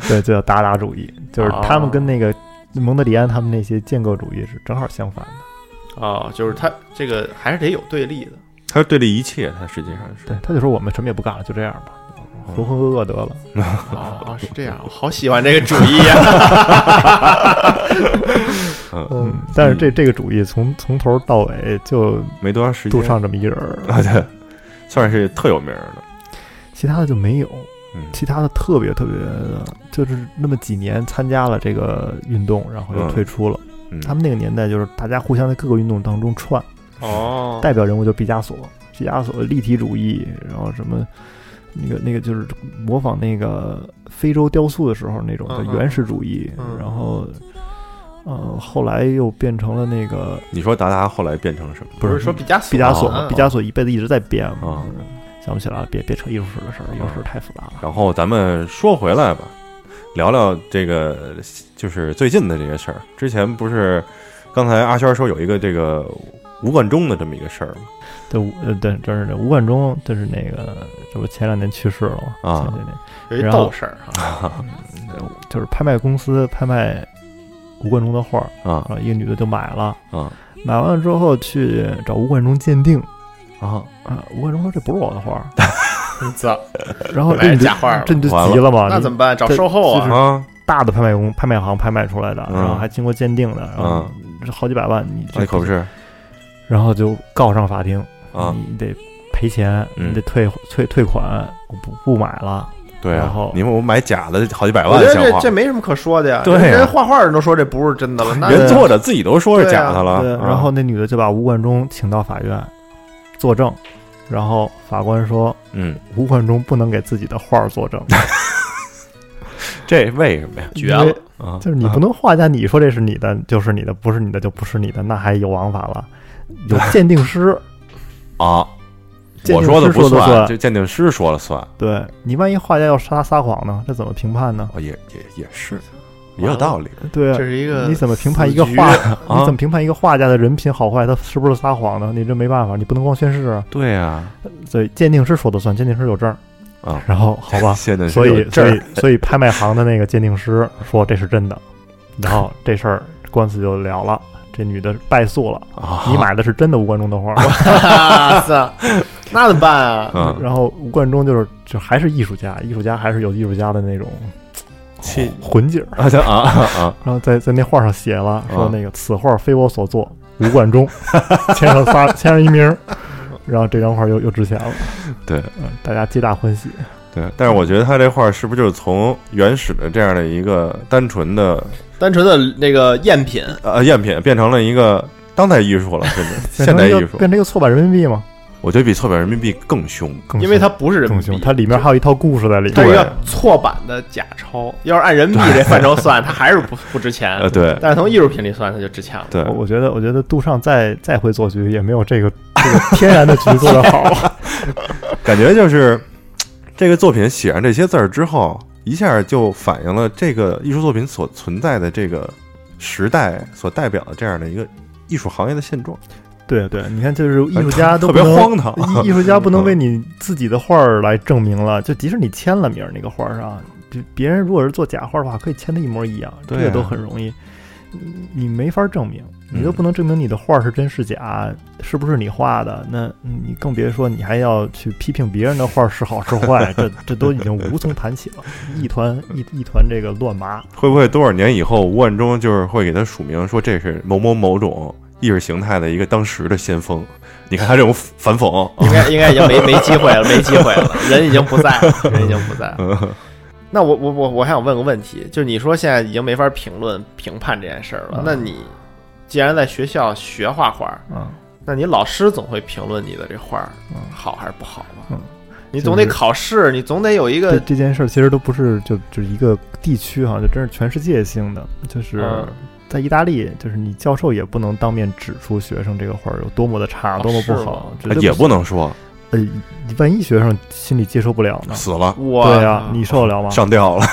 对，就叫达达主义，就是
哦
他们跟那个蒙德里安他们那些建构主义是正好相反的。
哦，就是他这个还是得有对
*laughs*
立的。
他是对立一切，他实际上是
对，他就说我们什么也不干了，就这样吧，浑浑噩噩得了。嗯
哦，是这样，我好喜欢这个主义
*laughs*
呀。
嗯，
嗯，但是这这个主义从从头到尾就
没多长时间
杜尚这么一人儿，
啊， *laughs* 对，算是特有名儿的。
其他的就没有。
嗯
其他的特别特别的，就是那么几年参加了这个运动，然后又退出了。
嗯，
他们那个年代就是大家互相在各个运动当中串，
哦，
代表人物就是毕加索，毕加索立体主义，然后什么那个那个就是模仿那个非洲雕塑的时候那种的
嗯嗯
原始主义，
嗯
然后呃后来又变成了那个
你说达达后来变成什么？
不
不
是
是说毕加索，
毕加索
哦
嘛，
啊
毕加索一辈子一直在变嘛
啊。
想不起来了，别别扯艺术史的事儿，艺术史太复杂了。
然后咱们说回来吧，聊聊这个就是最近的这些事儿。之前不是刚才阿轩说有一个这个吴冠中的这么一个事儿吗？
对，吴呃，对，真是这吴冠中，就是那个，这不前两年去世了嘛？
啊
前几年
有一斗事儿哈。
就是拍卖公司拍卖吴冠中的画儿，
啊
啊，一个女的就买了，
啊
买完了之后去找吴冠中鉴定，
啊！
啊，吴冠中说这不是我的画儿，
*laughs* 操，
然后
来
这你就
假画了
这你就
完了
急了嘛？
那
你
怎么办？找售后啊？
啊，
大的拍卖公拍卖行拍卖出来的，
嗯哎
然后还经过鉴定的，然后这好几百万，你这
那可不，是
然后就告上法庭，
啊，
你得赔钱，
嗯
你得退退退款，我不不买了。
对啊
然后，
你们我买假的好几百
我
万
觉得
笑
这
话
这，没什么可说的呀。
啊
对呀
人画画人都说这不是真的了，那
原作者自己都说是假的
对，
了。啊
然后那女的就把吴冠中请到法院作证，然后法官说
嗯，*laughs*
吴冠中不能给自己的画儿作证，
这为什么呀？
绝了
因为
啊，
就是你不能画家，你说这是你的就是你的，不是你的就不是你的，那还有王法了。有鉴定
*laughs*
师，
啊，
鉴
我
定
说的
师
不
说的
算，这鉴定师说了算，
对你万一画家要撒撒谎呢？这怎么评判呢？
哦，也也也是，也有道理
对
这
啊，
是一个
你怎么评判一个
死局
画？
*laughs*
*laughs* 你
啊
怎么，评判一个画家的人品好坏？他是不是撒谎呢？你这没办法，你不能光宣誓啊。
对呀，
所以鉴定师说的算，鉴定师有证儿
啊，
然后好吧
*laughs* 鉴定师
所
有
以
证
所
儿
以所以拍卖行的那个鉴定师说这是真的，然后这事儿官司就了了，这女的败诉了，
啊，
你买的是真的无冠中的画儿。
哇塞，啊那怎么办啊？
嗯，
然后吴冠中就是就还是艺术家，艺术家还是有艺术家的那种
气
魂劲儿。
*laughs* 啊行啊啊啊，
然后在在那画上写了说
啊
那个此画非我所作，吴冠
*laughs*
中签上仨签上一名儿，然后这张画又又值钱了。
对
嗯，大家皆大欢喜。
对，但是我觉得他这画是不是就是从原始的这样的一个单纯的
单纯的那个赝品，
呃赝品，变成了一个当代艺术了，甚至现
*laughs* 变成
代
一
艺
个
术，
变成一个错版人民币嘛，
我觉得比错版人民币更凶。
更
因为
凶
它不是人
更
民
凶，
币，
它里面还有一套故事在里
它是一
面。
个错版的假钞。要是按人民币这
*laughs*
范畴算，它还是不不值钱
呃，。对
但是从艺术品里算，它就值钱了。
对
啊我，我觉得，我觉得杜尚再再会做局，也没有这个这个天然的局做得 *laughs* 好。
感觉就是这个作品写上这些字儿之后，一下就反映了这个艺术作品所存在的这个时代所代表的这样的一个艺术行业的现状，
对对，你看，就是艺术
哎
家都
特
不
别
能
荒唐。
*laughs* 艺艺术家不能为你自己的画儿来证
*laughs*
明了，就即使你签了名儿，那个画儿上，别别人如果是做假画儿的话，可以签的一模一样，这
对啊
个都很容易，嗯你没法证明，你都
嗯
不能证明你的画儿是真是假，是不是你画的，那嗯你更别说你还要去批评别人的画儿是好
*laughs*
是坏，这这都已经无从谈起了，一团一一团这个乱麻。
会不会多少年以后，吴万中就是会给他署名说这是某某某种意识形态的一个当时的先锋？你看他这种反讽，
应该应该已经没没机会了，没机会了，人已经不在了，人已经不在了。
嗯
那我我我我还想问个问题，就是你说现在已经没法评论评判这件事儿了，
嗯
那你既然在学校学画画，
啊，
那你老师总会评论你的这画儿
嗯
好还是不好吧？
嗯
你总得
就是
考试，你总得有一
这
个
这件事儿其实都不是就就一个地区哈、就真是全世界性的，就是。
啊
嗯
在意大利，就是你教授也不能当面指出学生这个画儿有多么的差，
哦
多么不
是吗
好，绝对
也
不
不能说
呃，万一学生心里接受不了呢？
死了、
我
对啊呀、你受得了吗？
上吊了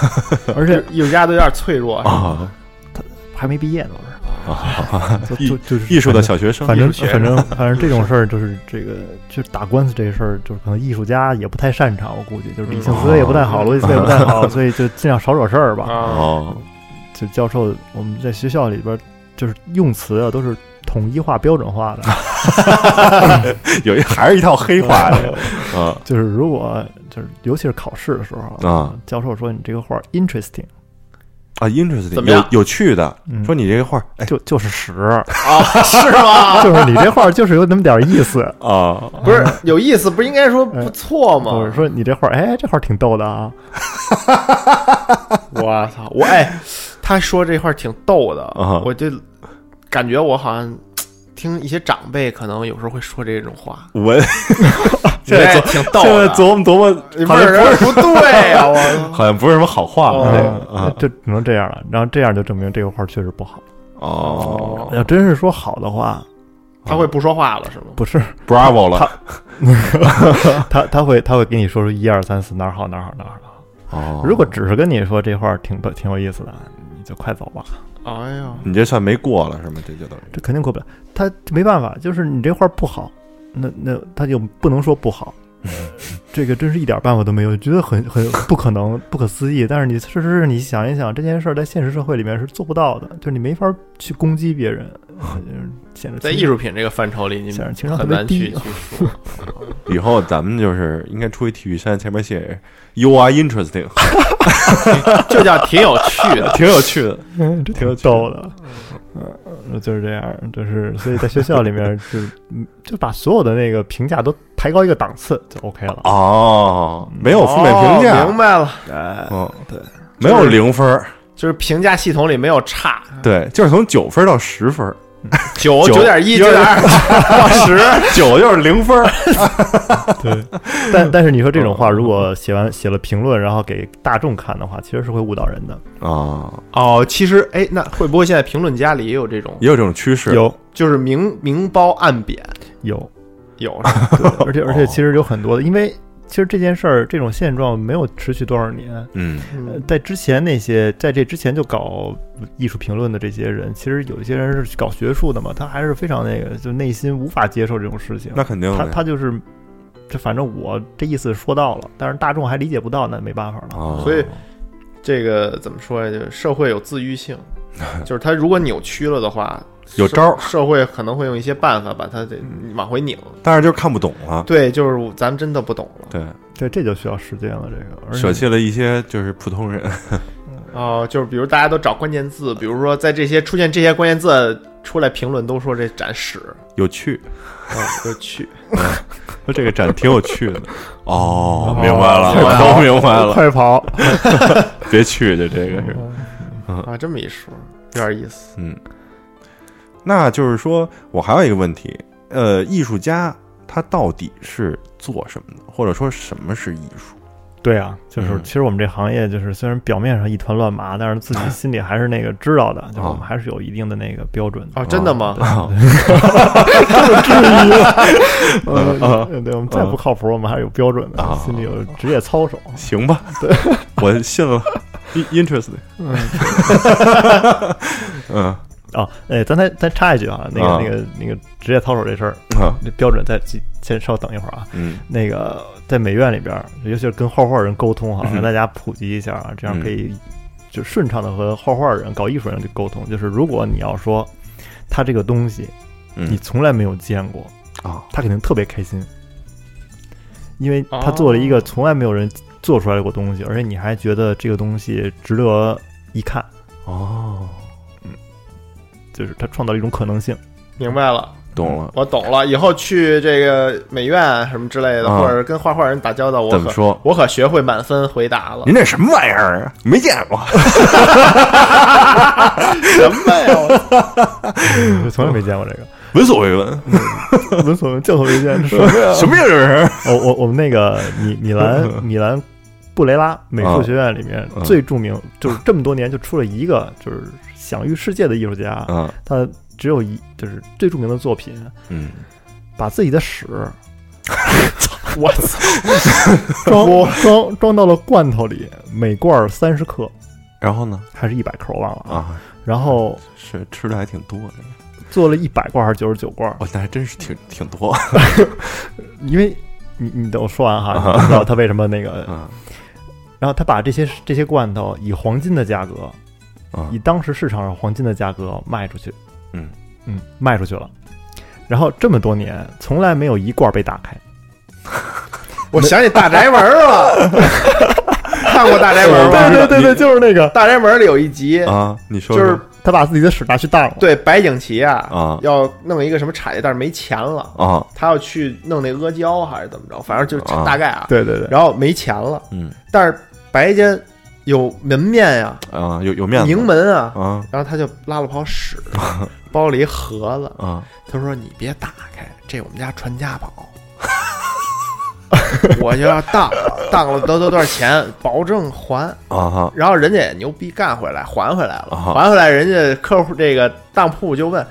而
这
且
艺术家都啊有点脆弱，是吧
啊！
还没毕业呢，
*laughs*
不是？就就就是
艺术的小学生，
反正
艺术学
反正
*laughs*
反正这种事儿就是这个，就是打官司这事儿，就是可能艺术家也不太擅长，我估计就是理性思维也不太好，
嗯
逻辑思维也不太
*laughs*
好，所以就尽量少惹事儿吧。
啊，
哦，
就教授，我们在学校里边儿就是用词啊都是统一化、标准化的。
有一还是一套黑
*laughs*
话的啊
就是如果就是尤其是考试的时候
啊，
教授说你这个画儿 interesting，
啊，interesting，
怎么样
有有趣的，
嗯，
说你这个画，哎。
就就是十，
啊是吗？ *laughs*
就是你这画儿就是有那么点儿意思
啊，
不是有意思，不是应该说哎不错吗？
我说你这画儿，哎，这画儿挺逗的啊，
我 *laughs* 操，我哎，他说这块儿挺逗的
啊，
我就感觉我好像听一些长辈可能有时候会说这种话，
我现在
哎
琢
挺逗
现在
的，
琢磨琢磨，好
不
像不
是不对 *laughs* 呀，我
好像不是什么好话
哦
那个
啊
啊
就只能这样了。然后这样就证明这个画儿确实不好。
哦
要真是说好的话，
他会不说话了是吗？
不是
，Bravo 了
他他会他会给你说出一二三四哪儿好哪儿好哪儿好。
哦
如果只是跟你说这画儿挺逗挺有意思的，你就快走吧。
哎呀，
你这算没过了是吗？这就等于
这肯定过不了。他没办法，就是你这画不好，那那他就不能说不好。 *laughs* 这个真是一点办法都没有，觉得很很不可能、不可思议。但是你事实是你想一想，这件事儿在现实社会里面是做不到的，就是你没法去攻击别人，就是显得
在
情
艺术品这个范畴里，你
显得
们
情商特
很
别
难去
低
去。说。
*laughs* 以后咱们就是应该出一体育衫，前面写 You are interesting，
这叫挺有趣 *laughs* 的。
挺有趣的，
嗯， *laughs* 这
挺有趣的
逗的。嗯，就是这样，就是所以在学校里面就嗯就把所有的那个评价都抬高一个档次就 OK 了。
哦，没有负面评
哦
价，
明白了，
嗯，对，没有零分儿，
就是评价系统里没有差，
哎对，就是从九分到十分儿，
九
九
九点一、九点二，
*laughs* 十九就是零分儿，
对， *laughs* 但但是你说这种话，
嗯
如果写完写了评论，然后给大众看的话，其实是会误导人的。
啊，
哦，其实哎，那会不会现在评论家里也有这种，
也有这种趋势。
有
就是明明褒暗贬？
*laughs*
有，
有，
对而且而且
哦
其实有很多的，因为其实这件事儿这种现状没有持续多少年。
嗯
呃
嗯
在之前那些，在这之前就搞艺术评论的这些人，其实有一些人是搞学术的嘛，他还是非常那个，就内心无法接受这种事情。
那肯定
他
的。
他就是，这反正我这意思说到了，但是大众还理解不到，那没办法了。
啊，
所以这个怎么说呀？就是社会有自愈
*laughs*
性，就是它如果扭曲了的话，
有
社
招儿
社会可能会用一些办法把它得往回拧。
但是就是看不懂了。
对，就是咱们真的不懂了。
对，
对，这就需要时间了。这个，而且
舍弃了一些就是普通人。 *laughs*
哦、就是比如大家都找关键字，比如说在这些出现这些关键字出来评论都说这展屎，
有趣，
啊，就去，
这个展挺有趣的。哦
哦，
明白了，
明白
都明白了，
快跑！
别去的这个
*laughs*
是。
啊，这么一说有点意思。
嗯，那就是说我还有一个问题，呃，艺术家他到底是做什么的，或者说什么是艺术？
对啊，就是
嗯
其实我们这行业就是虽然表面上一团乱麻，但是自己心里还是那个知道的，就是我们还是有一定的那个标准的。
哦，真
啊
的吗？
*laughs* 呃
啊
对，我们再不靠谱，我们还是有标准的，
啊
心里有职业操守。
行 *laughs* 吧，我信 *laughs* 了。In- Interesting，
嗯
嗯
啊，哎，咱再再插一句啊，那个、
啊
那个那个职业操守这事儿，
啊
这标准再先稍等一会儿啊。
嗯
那个在美院里边儿，尤其是跟画画人沟通哈、
嗯哼嗯
跟大家普及一下啊，这样可以就顺畅的和画画人、搞艺术人去沟通。就是如果你要说他这个东西你
嗯
从来没有见过，
啊
他肯定特别开心，因为他做了一个
哦
从来没有人做出来过东西，而且你还觉得这个东西值得一看，嗯
哦，
就是他创造了一种可
*laughs*
能性。
明白了。
懂了，
我懂了，以后去这个美院什么之类的，
啊
或者跟画画人打交道，我
怎么
可
说？
我可学会满分回答了
您。这什么玩意儿啊？没见过，
什么
*laughs*
呀？我
我从来没见过这个，
*laughs*
*laughs*
闻所未闻，
闻所未见，见所未见。是吧
*laughs* 什么样 *laughs* 的人？
我哦我我们那个米米兰米兰布雷拉美术学院里面
嗯
最著名，就是这么多年就出了一个就是享誉世界的艺术家，
啊
他只有一就是最著名的作品，
嗯，
把自己的屎
我操！
装装装到了罐头里，每罐三十克
然后呢？
还是一百克，我忘了啊。
啊，
然后
是吃的还挺多的，
做了一百罐还是九十九罐，
哦，那还真是挺挺多
因为你你等我说完哈，你就知道他为什么那个。
*laughs* 啊
然后他把这些这些罐头以黄金的价格，
嗯
啊
以当时市场上黄金的价格卖出去，
嗯
嗯，卖出去了。然后这么多年，从来没有一罐被打开。
我想起大宅门了， *laughs* 看过大宅门
对
吗？
对对对
就是那个，
大宅门里有一集，
啊！你说
就是
他把自己的屎拿去当了。
对白景琦啊，
啊
要弄一个什么产业，但是没钱了，
啊，
他要去弄那阿胶还是怎么着，反正就是
啊
大概啊。
对对对，
然后没钱了，
嗯
但是白家有门面呀，
啊，有有面子，
名门啊，
啊
然后他就拉了泡屎，包了一盒子，
啊，
他说：“你别打开，这我们家传家宝。”我就要当了，当了多多多少钱，保证还。
啊哈，
然后人家也牛逼干回来，还回来了，
啊
还回来。人家客户这个当铺就问，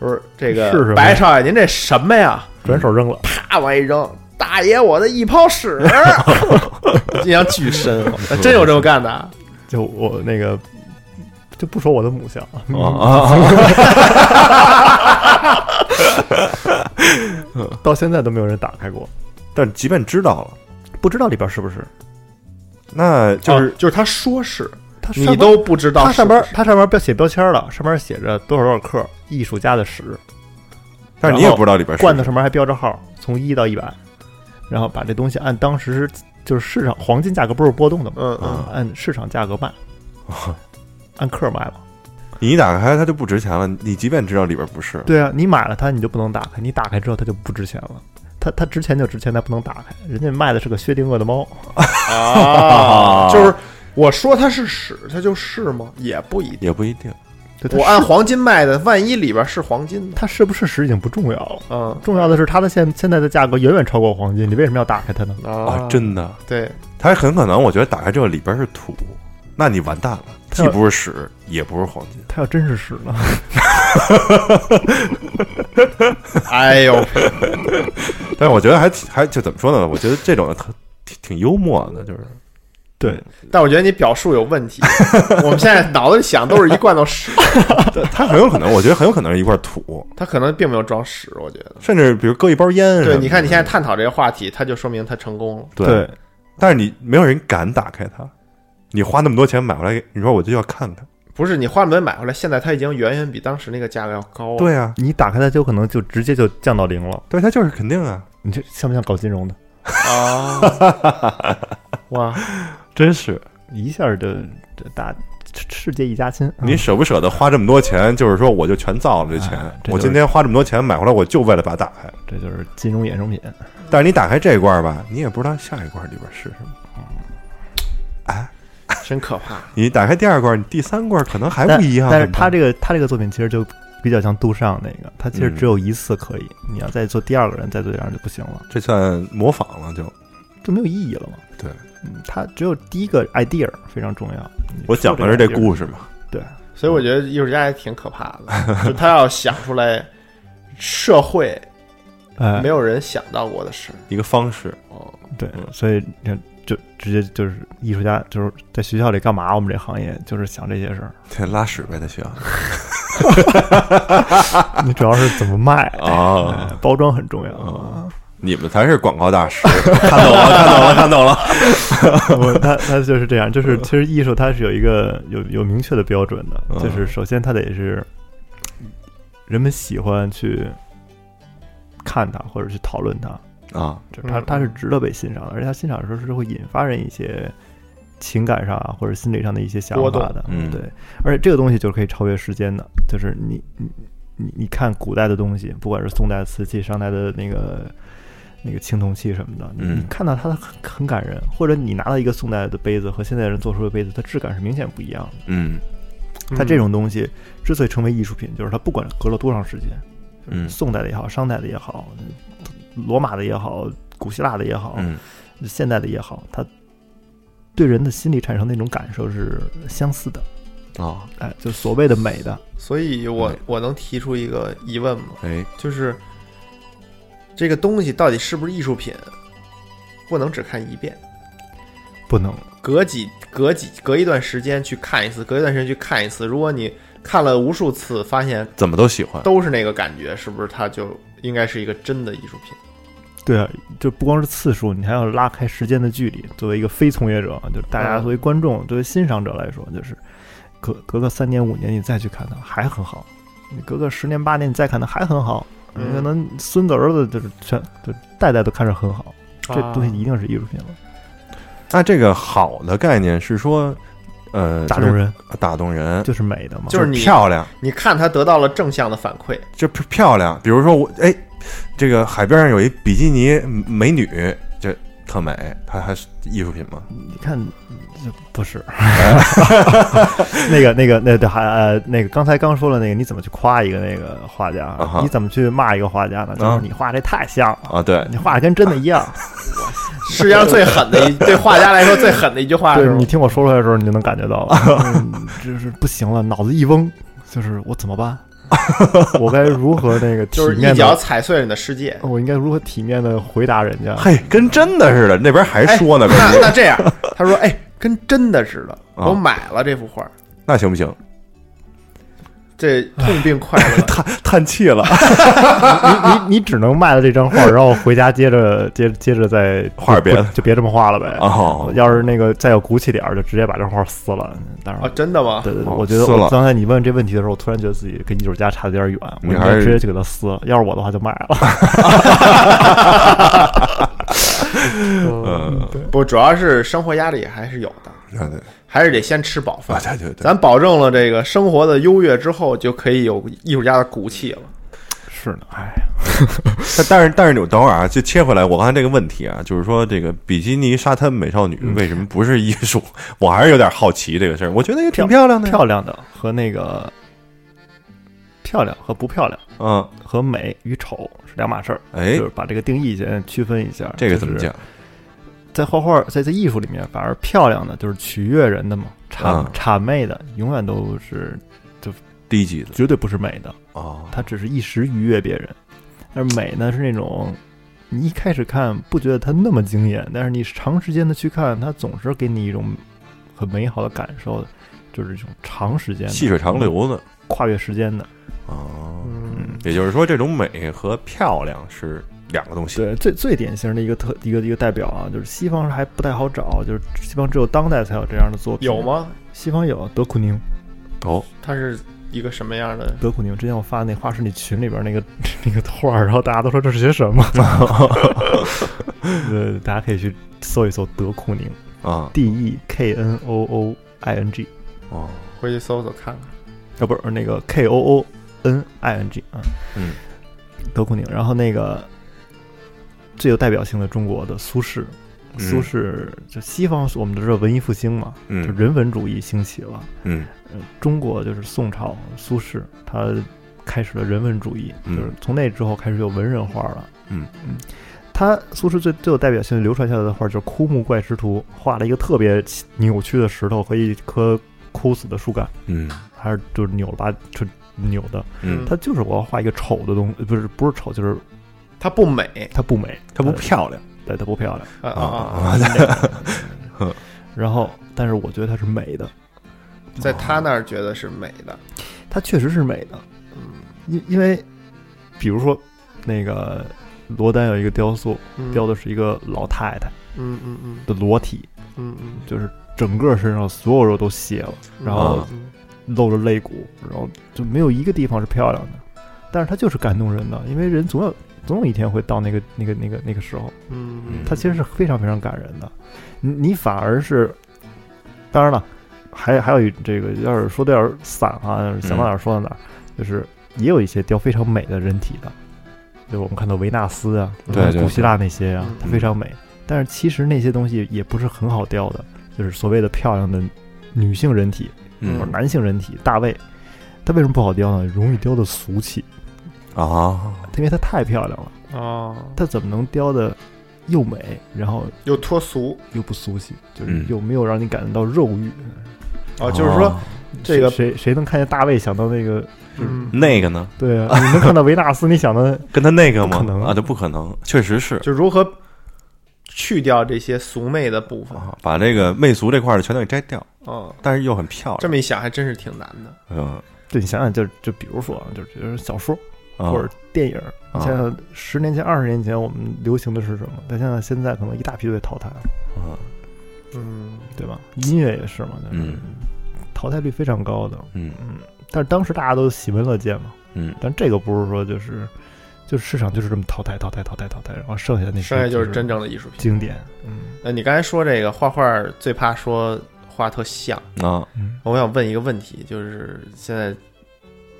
我说这个
是什么
白少爷，您这什么呀？
转手扔了。
啪往一扔，大爷我的一泡屎，印象巨深，
*laughs*
真有这么干的啊。
就我那个就不说我的母校啊，
嗯
啊
到现在都没有人打开过，
但即便知道了，
不知道里边是不是。
那就是
哦就是他说是，
他上
你
边
都不知道
他上边
是
他上边标写标签了，上面写着多少多少克艺术家的屎，
但是你也不知道里边是
罐头上面还标着号，从一到一百，然后把这东西按当时是就是市场黄金价格不是波动的
不
吗？
是嗯嗯
啊，
按市场价格卖，按克卖了。
你一打开它就不值钱了。你即便知道里边不是，
对啊，你买了它你就不能打开，你打开之后它就不值钱了。它它值钱就值钱，它不能打开。人家卖的是个薛定谔的猫，
*laughs*
啊，就是我说它是屎，它就是吗？也不一定。
也不一定。
对它
我按
是
黄金卖的，万一里边是黄金呢？
它是不是石已经不重要了，
嗯
重要的是它的现现在的价格远远超过黄金，你为什么要打开它呢？
啊
啊，，
真的，
对，
它很可能，我觉得打开这个里边是土，那你完蛋了，
它
既不是屎，也不是黄金。
它要真是屎呢？ *laughs*
哎呦，
但是我觉得还挺还就怎么说呢？我觉得这种的特挺挺幽默的，就是
对，
但我觉得你表述有
*laughs*
问题。我们现在脑子里想都是一罐头屎，
它很有
*laughs*
可能，我觉得很有可能是一块土，
它可能并没有装屎，我觉
*laughs*
得。
甚至比如搁一包烟什么的。
对，你看你现在探讨这个话题，它就说明它成功了。
对，
对
但是你没有人敢打开它，你花那么多钱买回来，你说我就要看看。
不是你花门买回来，现在它已经远远比当时那个价格要高了。，
对啊，
你打开它就可能就直接就降到零了，
对，它就是肯定啊，
你这像不像搞金融的？
啊，
*laughs*
哇，
真是
一下就这大世世界一家亲，嗯
你舍不舍得花这么多钱？就是说我就全造了这钱，
啊这就是
我今天花这么多钱买回来，我就为了把它打开。
这就是金融衍生品。
但是你打开这一罐吧，你也不知道下一罐里边是什么。
真可怕！
你打开第二罐，你第三罐可能还不一样。
但但是
它
他这个他这个作品其实就比较像杜尚那个，他其实
嗯
只有一次可以，你要再做第二个人再做第二个就不行了，
这算模仿了就，
就没有意义了嘛。
对，
嗯，他只有第一个 idea 非常重要。
我讲的是这
事，
故事嘛。
对，
所以我觉得艺术家也挺可怕的，就他要想出来社会
哎
没，有人想到过的事。
一个方式，
哦，
对
嗯，
所以你看，就直接就是艺术家就是在学校里干嘛？我们这行业就是想这些事儿，
对，拉屎呗，在学校
你主要是怎
*laughs*
么卖。
啊
哎，包装很重要，
哦你们才是广告大
*laughs*
师，看懂了，看懂了，看懂了。
我他他就是这样，就是其实艺术它是有一个有有明确的标准的，
嗯
就是首先它得是人们喜欢去看它或者去讨论它，
啊，
就是它
嗯
它是值得被欣赏的，而且它欣赏的时候是会引发人一些情感上啊或者心理上的一些想
波动
法的，
嗯
对，而且这个东西就是可以超越时间的，就是你你你你看古代的东西，不管是宋代的瓷器、商代的那个那个青铜器什么的，你
嗯
你看到它很很感人，或者你拿到一个宋代的杯子和现代人做出的杯子，它质感是明显不一样的。
嗯
它这种东西之所以成为艺术品，就是它不管隔了多长时间，
嗯
宋代的也好，商代的也好，罗马的也好，古希腊的也好，
嗯
现代的也好，它对人的心理产生那种感受是相似的。
啊，
哎，就所谓的美的，
所以我
嗯
我能提出一个疑问吗？
哎，
就是这个东西到底是不是艺术品，不能只看一遍，
不能
隔几隔几隔一段时间去看一次，隔一段时间去看一次。如果你看了无数次，发现
怎么都喜欢。
都是那个感觉，是不是它就应该是一个真的艺术品？
对啊，就不光是次数，你还要拉开时间的距离。作为一个非从业者，就是大家
嗯
作为观众、作为欣赏者来说，就是隔隔个三年五年你再去看它还很好，你隔个十年八年你再看它还很好，你
嗯
可能孙子儿子就是全就代代都看着很好，这东西一定是艺术品了，
那这个好的概念是说，呃，
打动人
就是打动人，
就是美的嘛。
就是你
漂亮，
你看它得到了正向的反馈，
就漂漂亮。比如说我，哎，这个海边上有一比基尼美女，这特美，它还是艺术品吗？
你看，这呃不是 *laughs* 那个那个那对还呃那个刚才刚说了那个，你怎么去夸一个那个画家
啊哈？
你怎么去骂一个画家呢？就
啊
是你画这太像了，
啊，对，
你画的跟真的一样。
世界上最狠的一对画家来说最狠的一句
啊
*laughs*
话
对
是吗
你听我说出来的时候，你就能感觉到 *laughs* 了，嗯就是不行了，脑子一嗡，就是我怎么办？ *laughs* 我该如何那个体
就是一
面
脚
的？
踩碎了你的世界。
我应该如何体面的回答人
*laughs*
家？
嘿，跟真的似的。那边还说呢，
那那这样，他说：“哎，跟真的似的，
啊
我买了这幅画，
那行不行？
这痛并快乐。
叹 *laughs* 叹气了，
你你你只能卖了这张画，然后回家接着接接着再
画别的
就别这么画了呗。
哦，嗯
要是那个再有骨气点儿，就直接把这画撕了。当”
哦，
然，
真的吗？
对对对，
哦
我觉得
撕了
我刚才你问这问题的时候，我突然觉得自己跟艺术家差的有点远，我
你
应
还
该
是
直接就给他撕了。要是我的话，就卖了。
*laughs* 嗯，对
不，主要是生活压力还是有的，
对对
还是得先吃饱饭。
啊对对对，
咱保证了这个生活的优越之后，就可以有艺术家的骨气了。
是呢，哎，
但但是但是你等会儿啊，就切回来，我刚才这个问题啊，就是说这个比基尼沙滩美少女为什么 *laughs* 不是艺术？我还是有点好奇这个事儿。我觉得也挺漂亮的呀，
漂亮的和那个漂亮和不漂亮
嗯，
和美与丑是两码事儿，
哎
就，是把这个定义先区分一下。
这个怎么
就是
讲？
在画画在在艺术里面，反而漂亮的就是取悦人的嘛，谄
嗯
谄媚的永远都是
低级的
绝对不是美的，
哦，
它只是一时愉悦别人。但是美呢是那种，你一开始看不觉得它那么惊艳，但是你长时间的去看，它总是给你一种很美好的感受的，就是这种长时间的
细水长流的
跨越时间的。
哦，
嗯
嗯，
也就是说，这种美和漂亮是两个东西。
对，最最典型的一个特一个一个代表啊，就是西方还不太好找，就是西方只有当代才有这样的作品。
有？吗？
西方有德库宁，
哦，
它是一个什么样的？
德库宁。之前我发那画室里群里边那个 *laughs* 那个画儿，然后大家都说这是些什么。 *laughs* 呃，大家可以去搜一搜德库宁
啊，
，D E K N O O I N G
哦，
回去搜搜看看。
啊，不是那个 K O O N I N G 啊，
嗯，
德库宁。然后那个最有代表性的中国的苏轼，苏
嗯
轼就西方我们都知道文艺复兴嘛，就
嗯
人文主义兴起了。
嗯
呃，中国就是宋朝苏轼，他开始了人文主义，
嗯
就是从那之后开始有文人画了。
嗯
嗯，他苏轼最最有代表性的流传下来的画就是《枯木怪石图》，画了一个特别扭曲的石头和一棵枯死的树干，
嗯
还是就是扭了吧，就扭的。
嗯，
他就是我要画一个丑的东呃不是不是丑，就是
它不美
它不美，
它不漂亮
对，它不
*laughs*
漂亮。嗯
啊
啊
啊
啊
啊！！
然后，但是我觉得它是美的，
在他那儿觉得是美的，
它确实是美的。
嗯
因因为，比如说那个罗丹有一个雕塑，
嗯，
雕的是一个老太太
嗯嗯嗯
的裸体，
嗯嗯，
就是整个身上所有肉都卸了，
嗯
然后
嗯
露着肋骨，然后就没有一个地方是漂亮的。但是它就是感动人的，因为人总有总有一天会到那个那个那个那个时候，
嗯嗯，
它其实是非常非常感人的。你你反而是，当然了，还还有一这个，要是说的要是散啊，想
嗯
到哪儿说到哪儿，就是也有一些雕非常美的人体的，就是我们看到维纳斯啊，
对
嗯
对
古希腊那些啊
嗯，
它非常美。但是其实那些东西也不是很好雕的，就是所谓的漂亮的女性人体或者
嗯
男性人体，大卫，它为什么不好雕呢？容易雕的俗气，
啊，
因为它太漂亮了，
哦，
它怎么能雕的又美，然后
又脱俗
又不俗气，就是
嗯
又没有让你感觉到肉欲。
哦，就是说
哦
这个
谁谁谁能看见大卫想到那个？
嗯
那个呢，
对啊，
*laughs*
你能看到维纳斯，你想到
跟他那个
不
吗
可能？
啊，这不可能，确实是
就如何去掉这些俗媚的部分。
啊，把这个媚俗这块儿的全都给摘掉，
嗯，
但是又很漂
这
亮。
么一想还真是挺难的。
嗯，
对，你想想，就就比如说啊，就是就是小说
啊
或者电影，你想想十年前、二十年前我们流行的是什么？但想想现在可能一大批都被淘汰了，
啊
嗯
对吧？音乐也是嘛，就是
嗯
淘汰率非常高的。
嗯
嗯，但是当时大家都喜闻乐见嘛，
嗯
但这个不是说就是就是市场就是这么淘汰淘汰淘汰淘汰，然后剩下那些
剩下就是
是
真正的艺术品。
经典。嗯
那你刚才说这个画画最怕说画特像，
啊，
嗯，
我想问一个问题，就是现在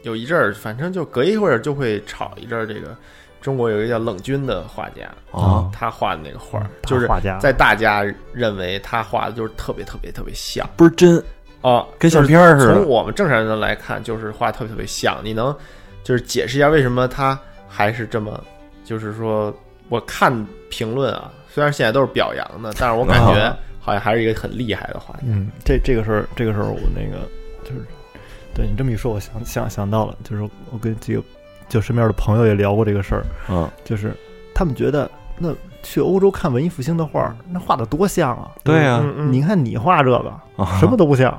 有一阵儿，反正就隔一会儿就会炒一阵儿这个。中国有一个叫冷军的画家，
啊
他画的那个画儿，
大
就是
画家
在大家认为他画的就是特别特别特别像
不是真，
啊，
跟
就
相
是
片儿似
从
的。
我们正常人来看，就是画得特别特别像。你能就是解释一下为什么他还是这么？就是说，我看评论啊，虽然现在都是表扬的，但是我感觉
啊
好像还是一个很厉害的画家。
嗯，这这个事儿，这个事儿我那个就是，对你这么一说，我想想想到了，就是我跟几个就身边的朋友也聊过这个事儿，
嗯，
就是他们觉得那去欧洲看文艺复兴的画儿，那画的多像啊！
对呀，
嗯嗯，
你看你画这个，
啊
什么都不像，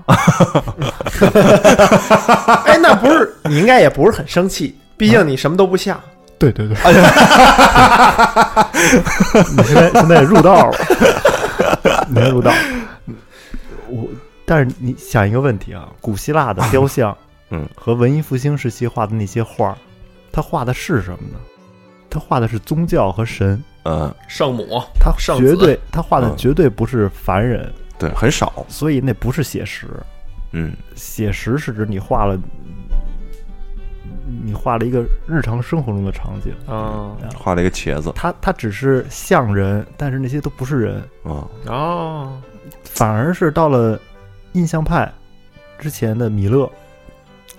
哎，那不是 *laughs* 你应该也不是很生气，毕竟你什么都不像。
对
*laughs*
对对，你现在现在也入道了，你也入 *laughs* 道。嗯我，但是你想一个问题啊，古希腊的雕像，
嗯，
和文艺复兴时期画的那些画儿，他画的是什么呢？他画的是宗教和神，
嗯，
圣母，
他
圣
绝
子
对他画的
嗯
绝对不是凡人，
对，很少。
所以那不是写实。
嗯
写实是指你画了，你画了一个日常生活中的场景。
嗯
啊
画了一个茄子
他他只是像人，但是那些都不是人，
啊，
哦，
反而是到了印象派之前的米勒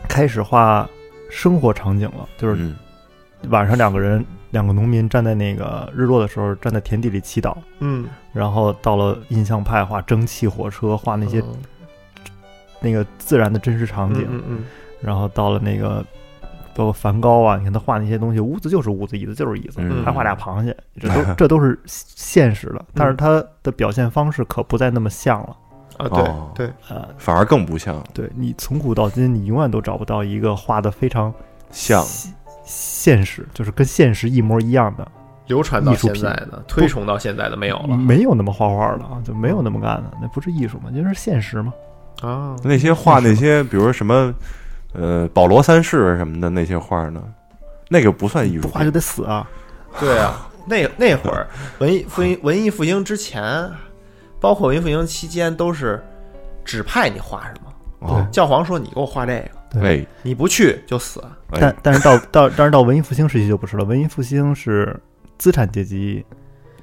开始画生活场景了，就是
嗯
晚上两个人，两个农民站在那个日落的时候，站在田地里祈祷。
嗯，
然后到了印象派画蒸汽火车，画那些
嗯
那个自然的真实场景，
嗯嗯
然后到了那个包括梵高啊，你看他画那些东西，屋子就是屋子，椅子就是椅子，
嗯
还画俩螃蟹，这
*laughs*
都这都是现实的，但是
嗯
他的表现方式可不再那么像了。
嗯
哦
啊，对对，
呃，
反而更不像
对你从古到今，你永远都找不到一个画的非常
像
现现实，就是跟现实一模一样的，
流传到
艺术
现
品
在的，推崇到现在的没有了
没有那么画画了啊，就没有那么干的，那不是艺术嘛，就是现实嘛。
哎
啊，
那些画
那
那
是
些，比如说什么呃保罗三世什么的那些画呢，那个不算艺术
不画就
品。
得死啊！
对啊，那那会 *laughs* 儿文艺复兴文艺复兴之前，包括文艺复兴期间，都是指派你画什么，
哦，
教皇说你给我画这个，
哎
你不去就死。
哎
但，但是到到但是到文艺复兴时期就不是了，文艺复兴是资产阶级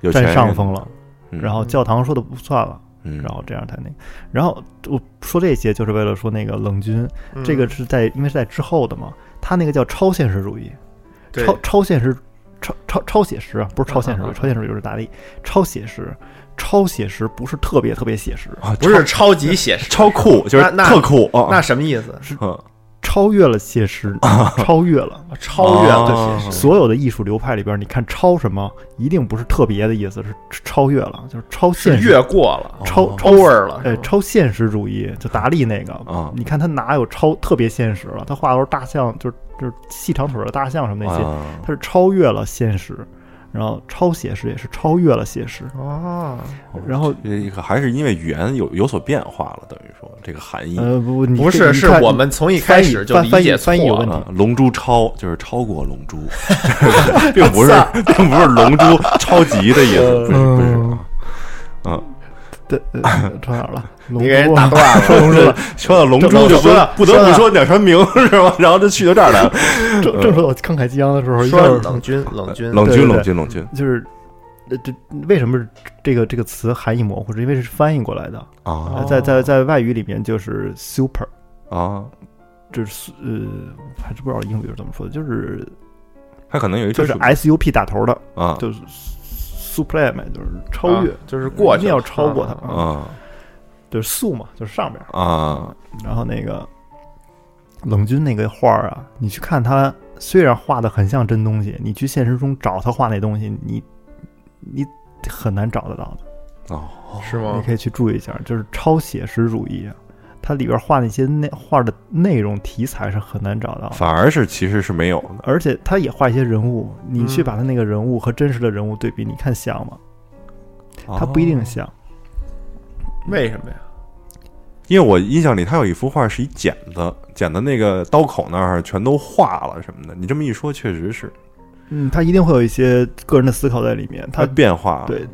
有钱
占
人
上风，了，
嗯
然后教堂说的不算了，
嗯，
然后这样才那个。然后我说这些就是为了说那个冷军，
嗯
这个是在因为是在之后的嘛，他那个叫超现实主义，
对
超超现实，超超超写实啊，不是超现实主
嗯嗯
义，
嗯
超现实主义就是达利，超写实，超写实不是特别特别写实，
啊
不是超级写实，
超超
*laughs*
酷，就是
那那
特酷啊，
那什么意思？
*laughs* 嗯
超越了写实，超越了。
超越了
哦
写实。
所有的艺术流派里边，你看超什么，一定不是特别的意思，是超越了，就是超
是
现实
越过了，
超
哦
*laughs*
超
超味哎儿了，
呃，超现实主义，就达利那个，
啊
你看他哪有超特别现实了？他画的都是大象，就是就是细长腿儿的大象什么那些，
啊
他是超越了现实，然后超写实也是超越了写实，
哦，
然后
这个还是因为语言有有所变化了，等于说这个含义。
呃不你
嗯不
这
是，
你
是
看
我们从一开始就理解错
翻译翻译翻译有问
了
题。
啊，龙珠超就是超过龙
*laughs*
珠，并不是 *laughs* 并不是龙珠超级的意思，不是不是
嗯
啊。嗯，
对
*laughs*
呃穿哪儿了？
你
你
给人打断了，
说 *laughs* 龙珠啊
说到龙珠
*laughs*
了，
就不
说到
不得不说鸟山明是吧？然后就去到这儿来
*laughs*
了，
正正说我慷慨激昂的时候，一下
说冷军，冷军，
冷
对
军
对
冷军冷军
就是。呃，这为什么这个这个词含义模糊？是因为是翻译过来的，
啊
呃在
哦
在在外语里面就是 super，
啊，
就是呃，我还是不知道英语是怎么说的，就是
他可能有一
就
种
是 S U P 打头的，
啊
就是 supreme，就是超越
啊，就是过
一
去
定
了，
要超过它
啊，
啊
啊
就是素嘛，就是上边儿。
啊
然后那个冷军那个画儿啊，你去看他，虽然画的很像真东西，你去现实中找他画那东西，你你很难找得到的。
哦
是
你
吗？
可以去注意一下，就是超写实主义啊，它里边画那些内画的内容题材是很难找到的。
反而是其实是没有的
而且他也画一些人物，你
嗯
去把他那个人物和真实的人物对比，你看像吗？，
哦
他不一定像。
为什么呀？
因为我印象里他有一幅画是一剪子，剪的那个刀口那儿全都化了什么的。你这么一说，确实是
嗯，他一定会有一些个人的思考在里面。
它
他
变化了。，
对，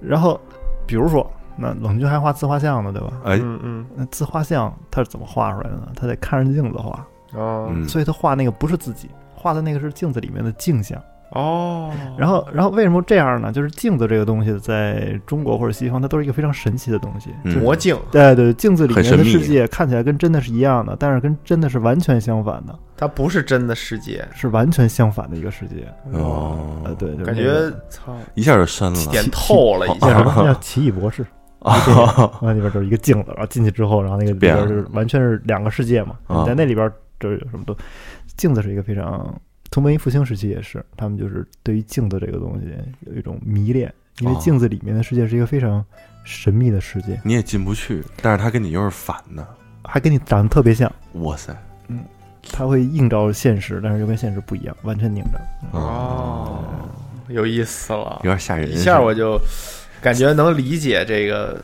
然后比如说，那冷军还画自画像呢，对吧？
哎，
嗯嗯
那自画像他是怎么画出来的呢？他得看着镜子画，
哦
嗯，
所以他画那个不是自己，画的那个是镜子里面的镜像。
哦，
然后，然后为什么这样呢？就是镜子这个东西在中国或者西方，它都是一个非常神奇的东西。
嗯
魔镜，
对对，镜子里
很
面
神
的
秘
世界看起来跟真的是一样的，但是跟真的是完全相反的，
它不是真的世界，
是完全相反的一个世界。呃，
哦，
对，就是
感
那
觉
个啊
操
一下就深了。
点透了 *laughs* 一
叫什
下，
*laughs* 么叫《奇异博士》啊，那里边就是一个镜子，然后进去之后，然后那个里
变
边
了
就是完全是两个世界嘛。
啊
你在那里边就是有什么都，镜子是一个非常从文艺复兴时期也是，他们就是对于镜子这个东西有一种迷恋，因为
哦
镜子里面的世界是一个非常神秘的世界，
你也进不去，但是他跟你又是反的。
还跟你长得特别像，
哇塞！
它会映照现实，但是又跟现实不一样，完全拧着。
哦，有意思了
有，点吓人。
一下我就感觉能理解这个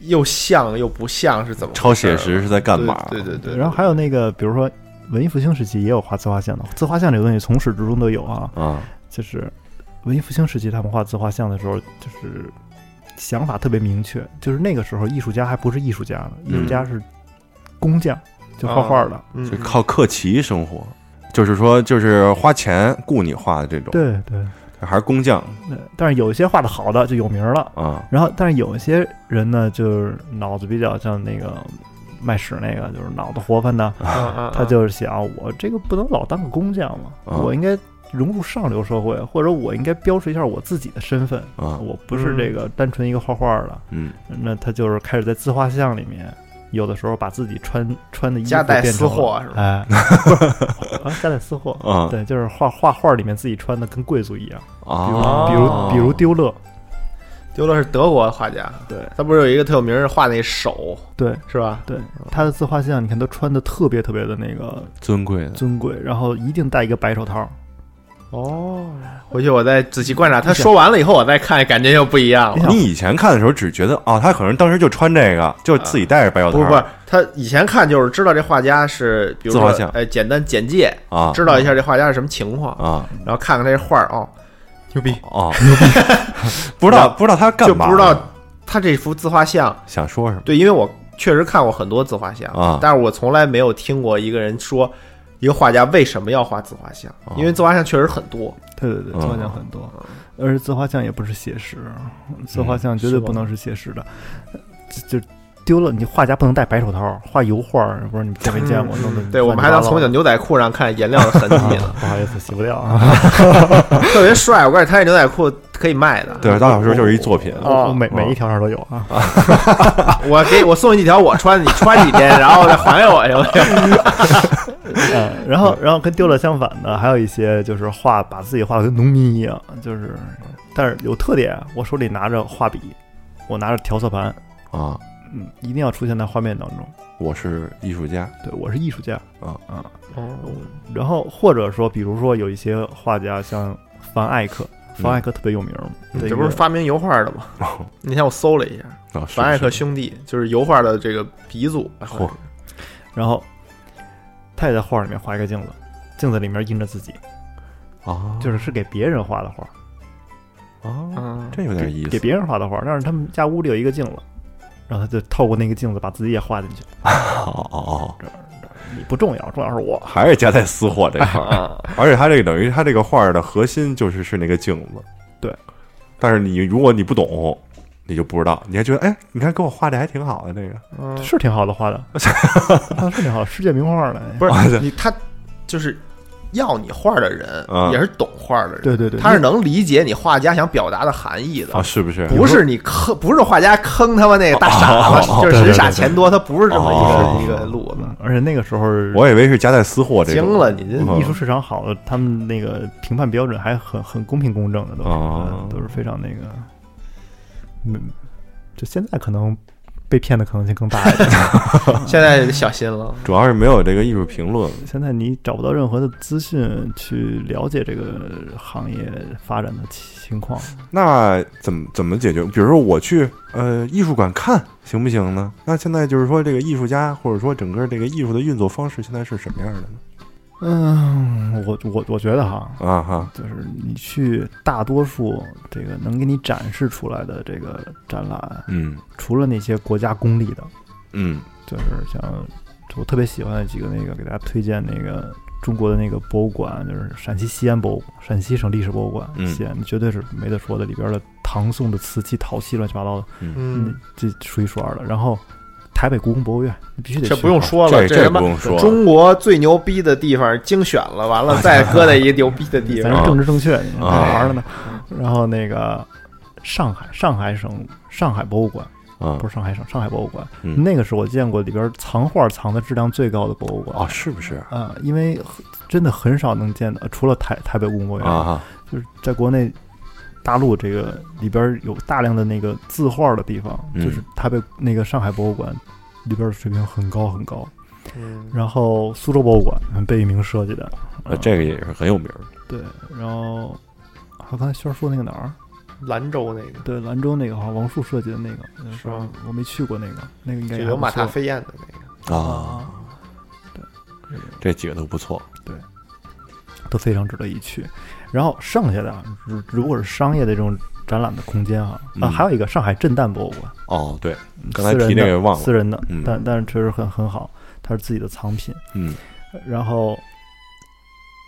又像又不像是怎么回事
超写
了
实是在干嘛？
对对对对，
然后还有那个，比如说文艺复兴时期也有画自画像的，自画像这个东西从始至终都有啊。
啊，
就是文艺复兴时期，他们画自画像的时候，就是想法特别明确，就是那个时候艺术家还不是艺术家呢，艺
嗯
术家是工匠，就画画的。
嗯
就靠刻旗生活，就是说就是花钱雇你画的这种，
对对，
还是工匠
那但是有一些画的好的就有名了，
啊
然后但是有一些人呢，就是脑子比较像那个卖屎那个，就是脑子活泛的，
啊
他就是想，我这个不能老当个工匠嘛，
嗯
我应该融入上流社会，或者我应该标识一下我自己的身份，
啊，
我不是这个单纯一个画画的。
嗯，
那他就是开始在自画像里面，有的时候把自己穿穿的衣服
夹带
变成
私货
了
是吧
哎，不 *laughs* 是啊夹带私货。
啊
对，就是画画画里面自己穿的跟贵族一样，比如、
啊，
比如比如丢勒，
丢勒是德国画家，
对
他不是有一个特有名儿画那手
对
是吧？
对，他的自画像你看都穿的特别特别的那个
尊贵的，
尊贵，然后一定戴一个白手套，
哦，回去我再仔细观察。他说完了以后，我再看，感觉又不一样
你
了。
想
你以前看的时候只觉得啊，他可能当时就穿这个，就
啊
自己带着白手套，
不是不是，他以前看就是知道这画家是，比如说
自画像，
哎，简单简介，
啊
知道一下这画家是什么情况，
啊
然后看看这画儿哦，牛逼，
*laughs*
啊，不知道不知道他
就
干嘛，啊
不知道他这幅自画像
想说什么
对，因为我确实看过很多自画像
啊
但是我从来没有听过一个人说一个画家为什么要画自画像，
啊
因为自画像确实很多。
对对对，
嗯
自画像很多，而且自画像也不是写实，自画像绝对不能是写实的，就就丢了。你画家不能戴白手套，画油画不是你见没见过？弄得
对，我们还能从你的牛仔裤上看颜料的痕
*laughs*
迹
啊
呢，
不好意思，洗不
*laughs*
掉啊！
特别帅。我告诉你，他这牛仔裤可以卖的。
对，大小时就是一作品，
我哦
哦
每
啊
每一条上都有
*laughs*
啊。
我给我送你几条我穿，你穿几天，然后再还
*laughs*
给我，行不行？
嗯，然后然后跟丢了相反的，还有一些就是画把自己画的跟农民一样，就是但是有特点。我手里拿着画笔，我拿着调色盘，
啊，
嗯，一定要出现在画面当中。
我是艺术家 *laughs*
对我是艺术家
啊
啊。
哦
然后或者说，比如说有一些画家，像凡艾克，凡艾克特别有名儿，
嗯
对
这不是发明油画的吗？
哦
那天我搜了一下，
啊，
凡艾克
是
兄弟就是油画的这个鼻祖。
嚯
然后他也在画里面画一个镜子，镜子里面印着自
哦
己，
啊，
就是是给别人画的画，
啊，
嗯，
这有点意
给
思，
给别人画的画，但是他们家屋里有一个镜子，然后他就透过那个镜子把自己也画进去。
哦哦
你不重要，重要是我
哦，还是夹带私货这块儿，
啊，
而且它这个等于它这个画儿的核心就是是那个镜子，
对。
但是你如果你不懂，你就不知道，你还觉得哎，你看给我画的还挺好的那个，
嗯
是挺好的
*laughs*
画的，他是挺好，世界名画呢。
不
哇塞
是你他就是要你画的人，
啊
也是懂画的人，
对对对，
他是能理解你画家想表达的含义的。
啊，是不是？
不是你坑，不是画家坑他妈那个大傻子，就是人傻钱多，他不是这么
哦
一个一个路
嗯
子。
而且那个时候
我以为是夹带私货这种。
惊了，你这
嗯
艺术市场好的，他们那个评判标准还很很公平公正的，都是、
哦
嗯都是非常那个，嗯，就现在可能被骗的可能性更大一 *laughs* 点。
现在小心了。嗯
主要是没有这个艺术评论
现在你找不到任何的资讯去了解这个行业发展的情况，
那怎么怎么解决？比如说我去呃艺术馆看行不行呢？那现在就是说这个艺术家或者说整个这个艺术的运作方式现在是什么样的呢？
嗯，我我我觉得哈，
啊哈，
就是你去大多数这个能给你展示出来的这个展览，
嗯
除了那些国家公立的，
嗯
就是像我特别喜欢的几个那个，给大家推荐那个中国的那个博物馆，就是陕西西安博物陕西省历史博物馆，
嗯
西安绝对是没得说的，里边的唐宋的瓷器、陶器乱七八糟的，
嗯，，
这数一数二的。然后台北故宫博物院，你必须得
这
去
不用说了，
这
这他
不
妈
用说了
中国最牛逼的地方精选了，完了再搁在一个牛逼的地
咱
方
是政治正确，
啊
你玩了呢。然后那个上海上海省上海博物馆，
啊
不是上海省上海博物馆，
嗯
那个是我见过里边藏画藏的质量最高的博物馆
哦，是不是
啊，因为很真的很少能见到，除了台台北故宫博物院，
啊哈
就是在国内大陆这个里边儿有大量的那个字画的地方，
嗯
就是台北那个上海博物馆里边儿的水平很高很高。
嗯
然后苏州博物馆嗯贝聿铭设计的，
呃
嗯
这个也是很有名儿
对，然后还有刚才轩儿说那个哪儿？
兰州那个
对，兰州那个好像王树设计的那个，嗯
是吗
我没去过那个，那个应该
就
也
有
还不
马踏
错
飞燕的那个。
*laughs*
啊，
啊，
这几个都不错
都非常值得一去。然后剩下的啊，如如果是商业的这种展览的空间啊，啊，
嗯
还有一个上海震旦博物馆，
哦，对，
嗯
刚才
私人
提那
的
个忘了
私人的，
嗯
但但是确实很很好，它是自己的藏品。
嗯
然后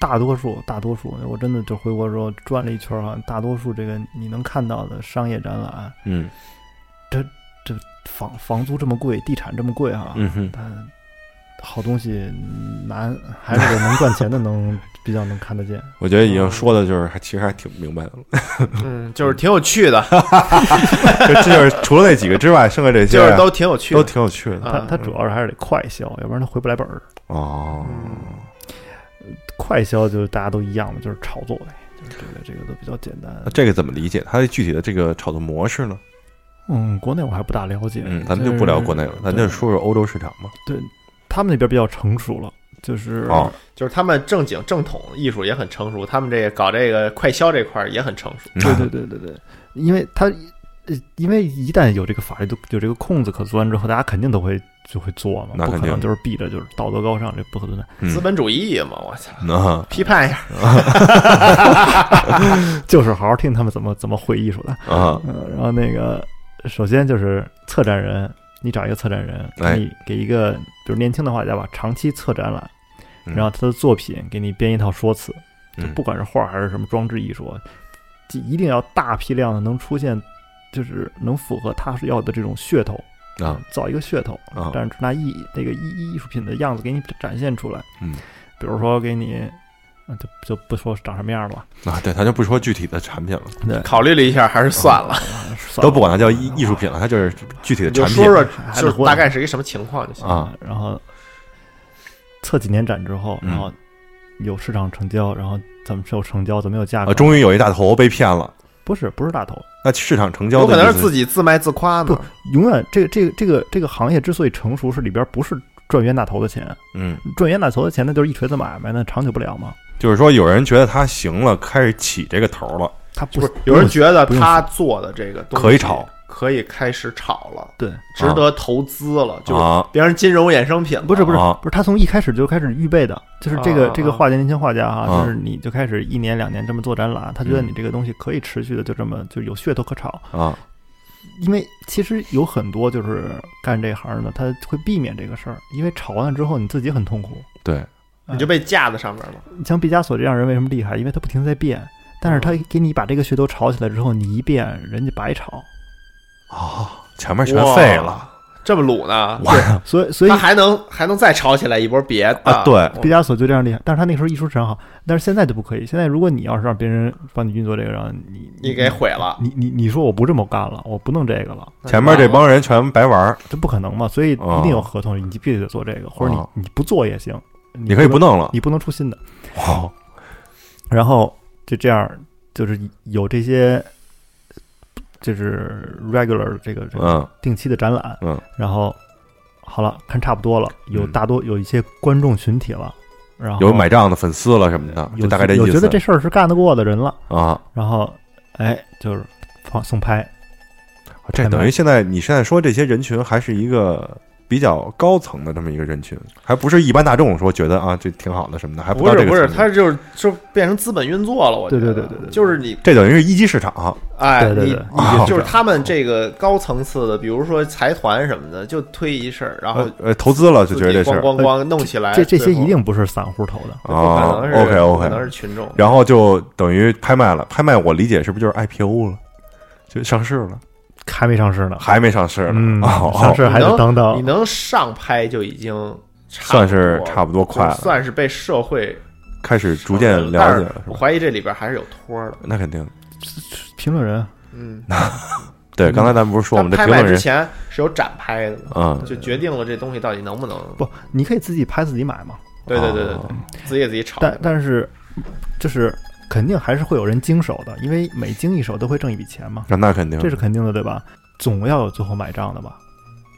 大多数大多数，我真的就回国之后转了一圈儿啊，大多数这个你能看到的商业展览，
嗯
这房房租这么贵，地产这么贵哈，
嗯哼，
但好东西难，还是得能赚钱的能比较能看得见。
我觉得已经说的就是还其实还挺明白的了，
嗯，就是挺有趣
*laughs*
的，
*laughs* 就这就是除了那几个之外，剩下这些
啊
啊
就是都挺有趣
都
的。
挺有趣的 *laughs*
啊
它它主要是还是得快销，要不然它回不来本儿。
哦。
嗯
快销就是大家都一样的，就是炒作呗，就是这个这个都比较简单
啊那。这个怎么理解？它的具体的这个炒作模式呢？
嗯，国内我还不大了解，
嗯，咱们就不聊国内了，咱就
对
说说欧洲市场吧。
他们那边比较成熟了，就是
哦，
就是他们正经正统艺术也很成熟，他们这个搞这个快销这块儿也很成熟。
对对对对对，因为他呃因为一旦有这个法律都有这个空子可钻之后，大家肯定都会就会做嘛，
那
不
肯
可能
定
就是避着就是道德高尚这不可存在，
嗯
资本主义嘛，我操，
那
批判一下。
就是好好听他们怎么怎么会艺术的。
啊，
嗯、然后那个首先就是策展人，你找一个策展人，
哎
你给一个比如年轻的画家吧，长期策展览，
嗯
然后他的作品给你编一套说辞，
嗯
不管是画还是什么装置艺术，就一定要大批量的能出现，就是能符合他是要的这种噱头
啊，
造一个噱头，
啊
但是拿艺那个艺艺术品的样子给你展现出来。
嗯，
比如说给你，嗯就就不说长什么样了吧，
啊，对，咱就不说具体的产品了，
对，
考虑了一下，还是算了，
*laughs* 算
都
了
不管它叫艺艺术品了，它就是具体的
你就
产
说
品
说，
嗯还
就
得
是
混
大概是一个什么情况就行。
啊。
然后测几年展之后，
嗯
然后有市场成交，然后咱们是有成交，怎么有价格？
啊，终于有一大头被骗了。
不是不是大头，
那市场成交
有
的
可能是
意思
自己自卖自夸呢
不。永远这个这个这个这个行业之所以成熟，是里边不是赚冤大头的钱，
嗯，
赚冤大头的钱那就是一锤子买卖，那长久不了嘛。
就是说有人觉得他行了，开始起这个头了，
他不
不是，有人觉得
不用
他做的这个东西
可以炒，
可以开始炒了，
对，
值得投资了，就是
啊，
别人金融衍生品了。
不是不是
啊
不是，他从一开始就开始预备的，就是这个
啊
这个画家年轻画家
啊
啊，就是你就开始一年两年这么做展览，他觉得你这个东西可以持续的就这么就有噱头可炒，
啊，
因为其实有很多就是干这行的，他会避免这个事儿，因为炒完了之后你自己很痛苦。
对，
你就被架在上面了。
你像毕加索这样人为什么厉害？因为他不停地在变，但是他给你把这个噱头炒起来之后，你一变，人家
*laughs*
白炒。
啊，前面全废了
哇，这么鲁呢？
我
所以，所以
他还能还能再炒起来一波别的
啊对
毕加索就这样厉害。但是他那个时候艺术市场好，但是现在就不可以。现在如果你要是让别人帮你运作这个，让你
你给毁了。
你你你说我不这么干了，我不弄这个了，
前面这帮人全白玩儿，
这不可能嘛？所以一定有合同，你必须得做这个，或者
哦
你你不做也行，你
你可以不
不能，
弄了。
你不能出新的。
哦，
然后就这样，就是有这些，就是 regular 这个这个
嗯
定期的展览，
嗯，
然后好了，看差不多了，有
嗯
大多有一些观众群体了，然后
有买账的粉丝了什么的，就
有
大概这
有
意
觉得
思
这事儿是干得过的人了，
啊。
然后哎，就是放送拍，
这
还
等于
蛮
现在你现在说这些人群还是一个比较高层的这么一个人群，还不是一般大众说觉得啊这挺好的什么的，还
不
到
是
这个
不是，
层面
他就是就变成资本运作了。我觉得
对对对对对
就是你
这等于是一级市场
哎，
对对
你
对
啊
你就是他们这个高层次的，比如说财团什么的，就推一事儿，然后
呃呃投资了
自
就
己
觉得这事
咣
儿
咣咣弄起来，
这这些
最后
一定不是散户投的，
不可
啊
能是
，OK
不可能
OK，
是群众。
然后就等于拍卖了，拍卖我理解是不是就是 IPO 了，就上市了，
还没上市呢，
还没上市呢，
嗯，
哦
上市还
你能
得等
你
等，
能上拍就已经
算
差不多
是差
了
不多快
就
了，
算是被社会呃
开始逐渐了
但
解
是
了，是
我
吧？
怀疑这里边还是有托的。
那肯定，
评论人
嗯，
对，刚才咱们不是说我们这
但
评
拍卖
论
之
人，
前是有展拍的嘛，
嗯，
就决定了这东西到底能不能
不，你可以自己拍自己买嘛，
对对对对
哦
对，自己给自己炒。
但但是就是肯定还是会有人经手的，因为每经一手都会挣一笔钱嘛，
那那肯定，
这是肯定的，对吧？总要有最后买账的吧，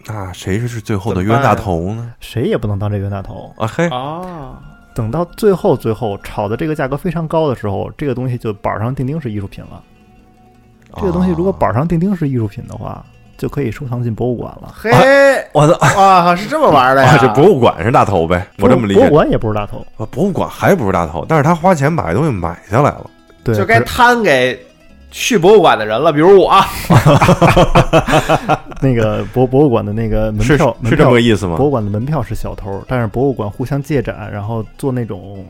那谁是最后的
怎么
冤
办
大
呀
头呢？
谁也不能当这冤大头。
啊嘿，
哦，
等到最后最后炒的这个价格非常高的时候，这个东西就板上钉钉是艺术品了。
哦
这个东西如果
板。
板上钉钉是艺术品的话，就可以收藏进博物馆了。
嘿，
我的
哇，是这么玩的
啊，
*laughs* 呀？
这博物馆是大头呗，我这么理
博
解
博物。馆也不是大头，
啊博物馆还不是大头，但是他花钱把东西买下来了，
对，
就该
可是
摊给去博物馆的人了，比如我啊，
那个博博物馆的那个门
是
票，门
是这
票
么个意思吗
博？物馆的门票是小头，但是博物馆互相借展，然后做那种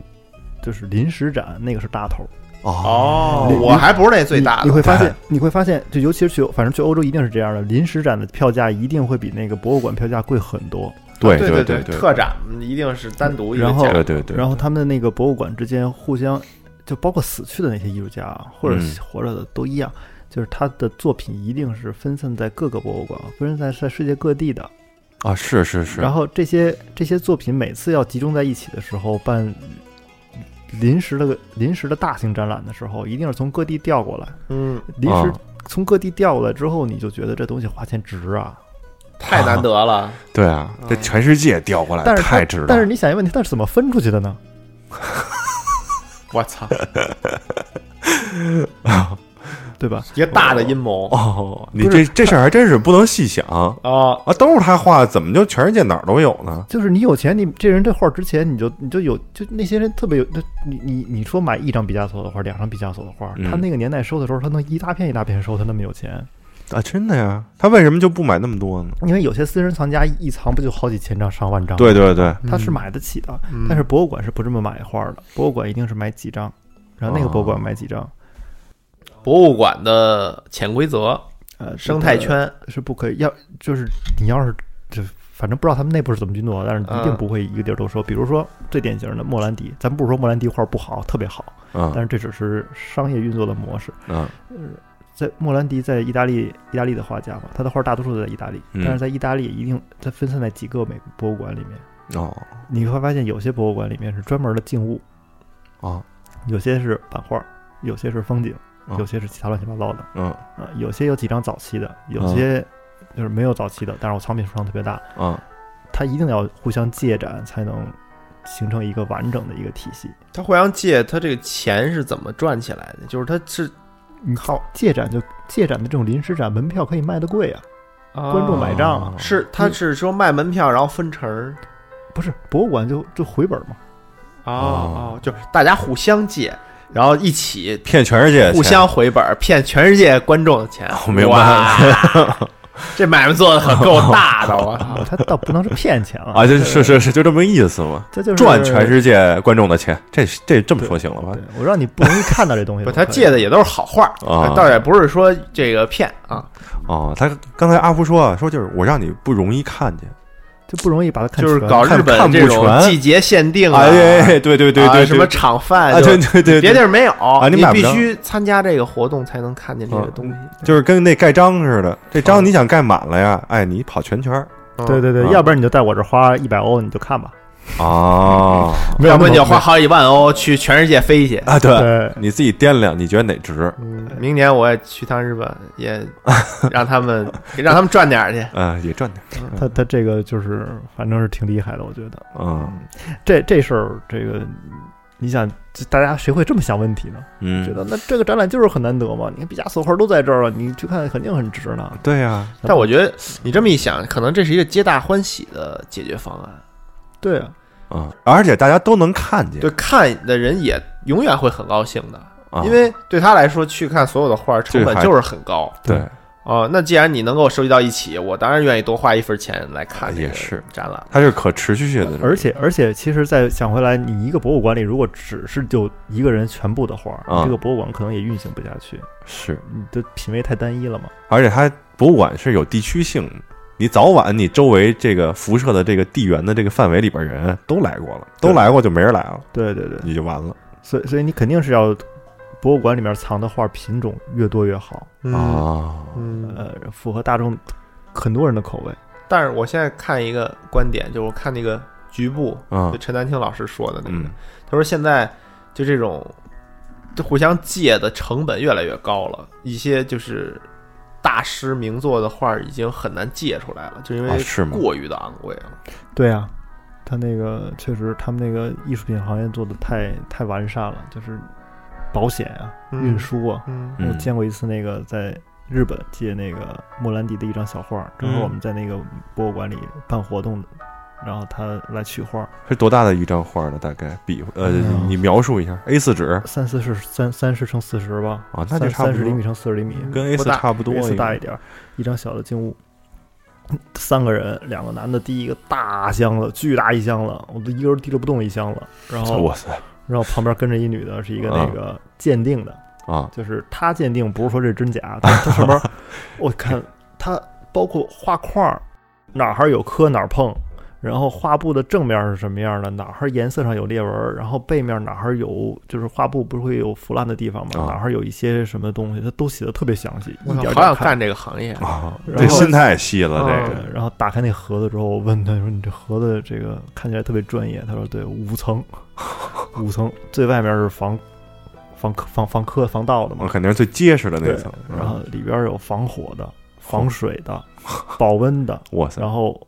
就是临时展，那个是大头。
哦，
哦
你
我还不是那最大的，
你。你会发现，你会发现，就尤其是去，反正去欧洲一定是这样的，临时展的票价一定会比那个博物馆票价贵很多。
对
对
哦对
对
对，
特展一定是单独一个
然后
价
对对对，
然后他们那个博物馆之间互相，就包括死去的那些艺术家啊，或者
嗯
活着的都一样，就是他的作品一定是分散在各个博物馆，分散在世界各地的。
啊是是是，
然后这些这些作品每次要集中在一起的时候，办临时的临时的大型展览的时候，一定是从各地调过来。
嗯，
临时
啊
从各地调过来之后，你就觉得这东西花钱值啊。
太难得了。
对啊，这
嗯
全世界调过来
但是它
哎太值了，
但是你想一个问题，它是怎么分出去的呢？
我操，
对吧？
嗯
一个大的阴 *laughs* 谋
哦，你这这事儿还真是不能细想啊，
啊！
都是他画，怎么就全世界哪儿都有呢？
就是你有钱，你这人这画值钱，你就你就有就那些人特别有，那你你你说买一张毕加索的画，两张毕加索的画，
嗯
他那个年代收的时候，他能一大片一大片收，他那么有钱，
啊，真的呀，他为什么就不买那么多呢？
因为有些私人藏家一一藏不就好几千张、上万张？，
对对对，
他是买得起的，
嗯
但是博物馆是不这么买画的，博物馆一定是买几张，然后
哦
那个博物馆买几张，
博物馆的潜规则、
呃，
生态圈，
是不可以，要就是你要是这，反正不知道他们内部是怎么运作的，但是一定
嗯
不会一个地儿都收。比如说最典型的莫兰迪，咱不是说莫兰迪画不好，特别好，
嗯
但是这只是商业运作的模式。呃
嗯
在莫兰迪在意大利，意大利的画家嘛，他的画大多数都在意大利，
嗯
但是在意大利一定在分散在几个美博物馆里面，
哦
你会发现有些博物馆里面是专门的静物，
哦
有些是版画，有些是风景，
啊
嗯
有些是其他乱七八糟的。
嗯
啊、有些有几张早期的，有些就是没有早期的，但是我藏品数量特别大，
嗯
它一定要互相借展才能形成一个完整的一个体系。
他互相借，他这个钱是怎么赚起来的？就是他是
你
靠
借展就借展的这种临时展，门票可以卖得贵啊，观
观
众买账
哦
啊，
是他是说卖门票，然后分成儿
不是博物馆就就回本嘛。
哦
哦
哦，就是大家互相借，然后一起
骗全世界的钱
互相回本儿，骗全世界观众的钱。
*laughs* 我明白
白，这买卖做的可够
*laughs*
大的，我操！
啊它倒不能是骗钱
*laughs*
啊，
啊，
这是是是就这么个意思嘛，
这就是
赚全世界观众的钱，这这这么说行了吧
对？，我让你不容易看到这东西
不，
都可
*laughs*
以。
他借的也都是好话，
啊
倒也不是说这个骗啊。
哦，他刚才阿福说啊，说就是我让你不容易看见，
就不容易把它看
就是
全
搞日
看
本
不
这种
全
季节限定啊，
哎，对对对
啊
对，
什么厂饭
啊，
就
对对对，啊
别地儿没有
你
你
买不
必
着嗯
须参加这个活动才能看见这个东西。
就是跟那盖章似的，这
啊
章你想盖满了呀，哎，你跑全圈儿
嗯
对，对对，
啊
要不然你就在我这儿花一百欧，你就看吧。
啊
要不然你就
没有那
*laughs*
么
花好几万欧去全世界飞去。
*laughs* 啊，对，
对，
你自己掂量，你觉得哪值？
嗯明年我也去趟日本，也 *laughs* 让他们让他们赚点儿
*laughs*
去。
嗯，也赚点，
他他这个就是反正是挺厉害的，我觉得。
嗯
这这事儿，这个你想，这大家谁会这么想问题呢？觉
嗯，
得那这个展览就是很难得嘛？你看毕加索画都在这儿了，啊你去看肯定很值呢。
对呀，
但我觉得你这么一想，可能这是一个皆大欢喜的解决方案。
对啊，
嗯，而且大家都能看见
对，看的人也永远会很高兴的，
啊，
因为对他来说，去看所有的画儿成
这
本
还
就是很高。
对，
哦，那既然你能够收集到一起，我当然愿意多花一份钱来看这
也
个
是
展览。
它是可持续性的，
而且而且，其实再想回来，你一个博物馆里如果只是就一个人全部的画儿，
啊
这个博物馆可能也运行不下去，
是，
你的品味太单一了嘛。
而且它博物馆是有地区性的。你早晚你周围这个辐射的这个地缘的这个范围里边人都来过了，都
对
来过就没人来了，
对对对，
你就完了
所以所以你肯定是要博物馆里面藏的画儿品种越多越好，
啊！
嗯，
呃，符合大众很多人的口味。
但是我现在看一个观点，就是我看那个局部，
嗯
就陈丹青老师说的那个
嗯，
他说现在就这种就互相借的成本越来越高了，一些就是大师名作的画儿已经很难借出来了，就因
啊
为
是吗？
过于的昂贵了。
对啊，他那个确实，他们那个艺术品行业做的太太完善了，就是保险啊、
嗯
运输啊。
嗯
嗯
我见过一次那个在日本借那个莫兰迪的一张小画，正好
嗯
我们在那个博物馆里办活动的，然后他来取画，
是多大的一张画呢？大概比呃，
嗯
你描述一下 A 四纸
三四十三三十乘四十吧，
啊，那就
三
差不
三十厘米
多，
乘四十厘米，
跟 A
不
四
大
差不多
多次
应该啊
大一点儿，一张小的静物。三个人，两个男的，第一个大箱子，巨大一箱子，我都一个人提溜不动一箱子。然后
哇塞，
然后旁边跟着一女的，是一个那个鉴定的，
啊，
就是他鉴定，不是说这真假，他他上边我看他包括画框儿哪儿还有磕哪儿碰，然后画布的正面是什么样的，哪儿还颜色上有裂纹儿，然后背面哪儿还有就是画布不是会有腐烂的地方吗？
啊
哪儿还有一些什么东西，他都写的特别详细，一
我
点
好想
儿点看。
干这个行业，
啊，
然
这
后
心太细了，
啊
这
对
个，
然后打开那盒子之后，我问他说：“你这盒子这个看起来特别专业。”他说：“对，五
*laughs*
层，五层，最外面是防防防防磕防盗的嘛
我，肯定是最结实的那
哦对
层。
然后里边有防火的、防水
*laughs*
的、保温的，
哇塞
然后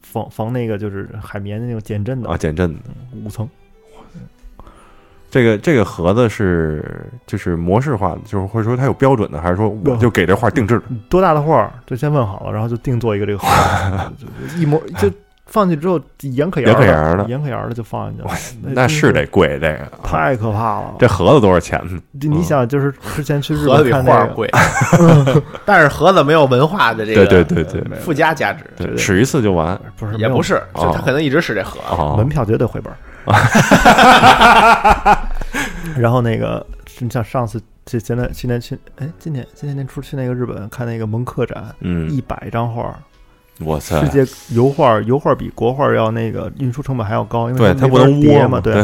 防防那个就是海绵的那种减震
啊，
的，
减震的
五层。
这个这个盒子是就是模式化的，就是或者说它有标准的，还是说我
不
就给这画定制的？
多大的画儿就先问好了，然后就定做一个这个盒
*laughs*
儿就就一模就放进去之后眼可
眼
眼
可沿儿的
眼可沿儿的就放进去了，
那
真
是得贵，这个啊
太可怕了。
这盒子多少钱呢？
就你想，就是之前去日
盒子
本
比
看
画
那
儿
个，
贵， *laughs* 但是盒子没有文化的这
对
个
对对对，
附加价值，
对，使一次就完
不是
也不，是，
哦
就他可能一直使这盒子。
没有
啊
门票绝对回本儿。然后那个，你像上次这前段去年去哎今年今年年初去那个日本看那个蒙克展，
嗯
一，百张画儿，
哇塞
世，界油画儿油画儿比国画儿要那个运输成本还要高，因为
对
它
它不能
没法叠
窝
嘛，
嘛
对
对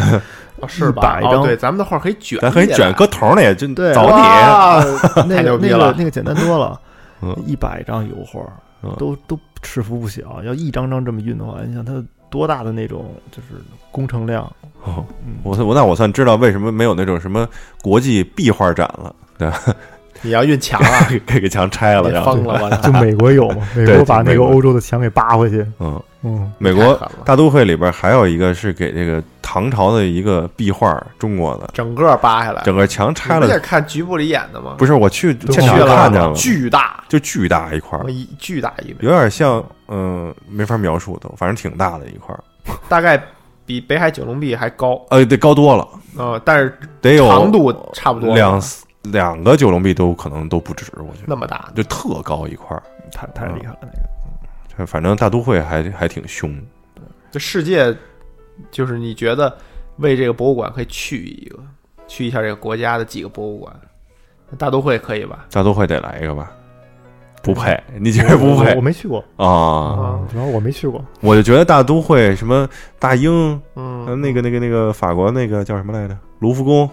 哦是吧？
100
哦，
张
对，咱们的画儿可以卷起来，
咱
啊
可以卷搁头儿那也就
对
找你，
哇
啊那
太
个
牛逼
那个
了
那个简单多了
嗯，
一百张油画儿
嗯
都都吃服不小，要一张张这么运的话，你想它多大的那种就是工程量，
哦
嗯，
我我那我算知道为什么没有那种什么国际壁画展了，
你要运墙
*laughs*
啊，
给给给墙拆了，
你
然后
疯了 *laughs* 我操
就！美国有嘛，美
对
国把那
美
个
国
欧洲的墙给扒回去，
嗯，
嗯，
美
太
国
狠了
大都会里边还有一个是给这个唐朝的一个壁画，中国的
整个扒下来，
整个墙拆
你不也
了，
看局部里演的吗？
不是我去
对
现
去
场
我
看见
了，
了，
巨大，
就巨大一块儿，
一巨大一个，
有点像嗯、没法描述的，反正挺大的一块儿，
大概比北海九龙壁还高，
呃，得高多了，
呃，但是
得有
长度差不多，
两两个九龙壁都可能都不止，我觉
那么大
得，就特高一块儿。
太太厉害了那个，
这反正大都会还还挺凶，
这世界就是你觉得为这个博物馆可以去一个，去一下这个国家的几个博物馆，大都会可以吧？
大都会得来一个吧？不配， *laughs* 你觉得
我
不
我
配
我没去过
啊？
啊
主要我没去过，
我就觉得大都会什么大英，呃
嗯，
那个那个那个法国那个叫什么来着？卢浮宫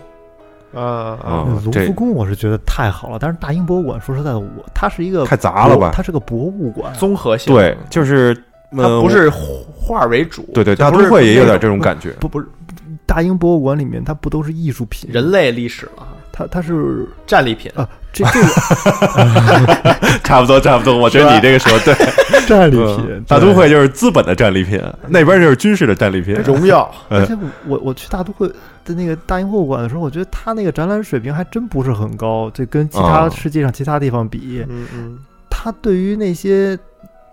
啊
啊
啊，
卢
这
浮宫我是觉得太好了，但是大英博物馆说实在的，我它是一个
太杂了吧？
它是个博物馆，
综合性，
对，就是
它
呃，
不是画为主，
对对，
就
大
不
都
是
会也有
那
点
种
这种感觉。
不不是大英博物馆里面它不都是艺术品，
人类历史了哈，
它它是
战利品，
啊，这这个
*laughs* 差不多，差不多。我觉得你这个说对，
战利
嗯
品，
*laughs* 大都会就是资本的战利品，那边就是军事的战利品。*laughs*
荣耀，
对。而且我我去大都会的那个大英博物馆的时候，我觉得它那个展览水平还真不是很高，这跟其他
啊
世界上其他地方比，
嗯嗯，
它对于那些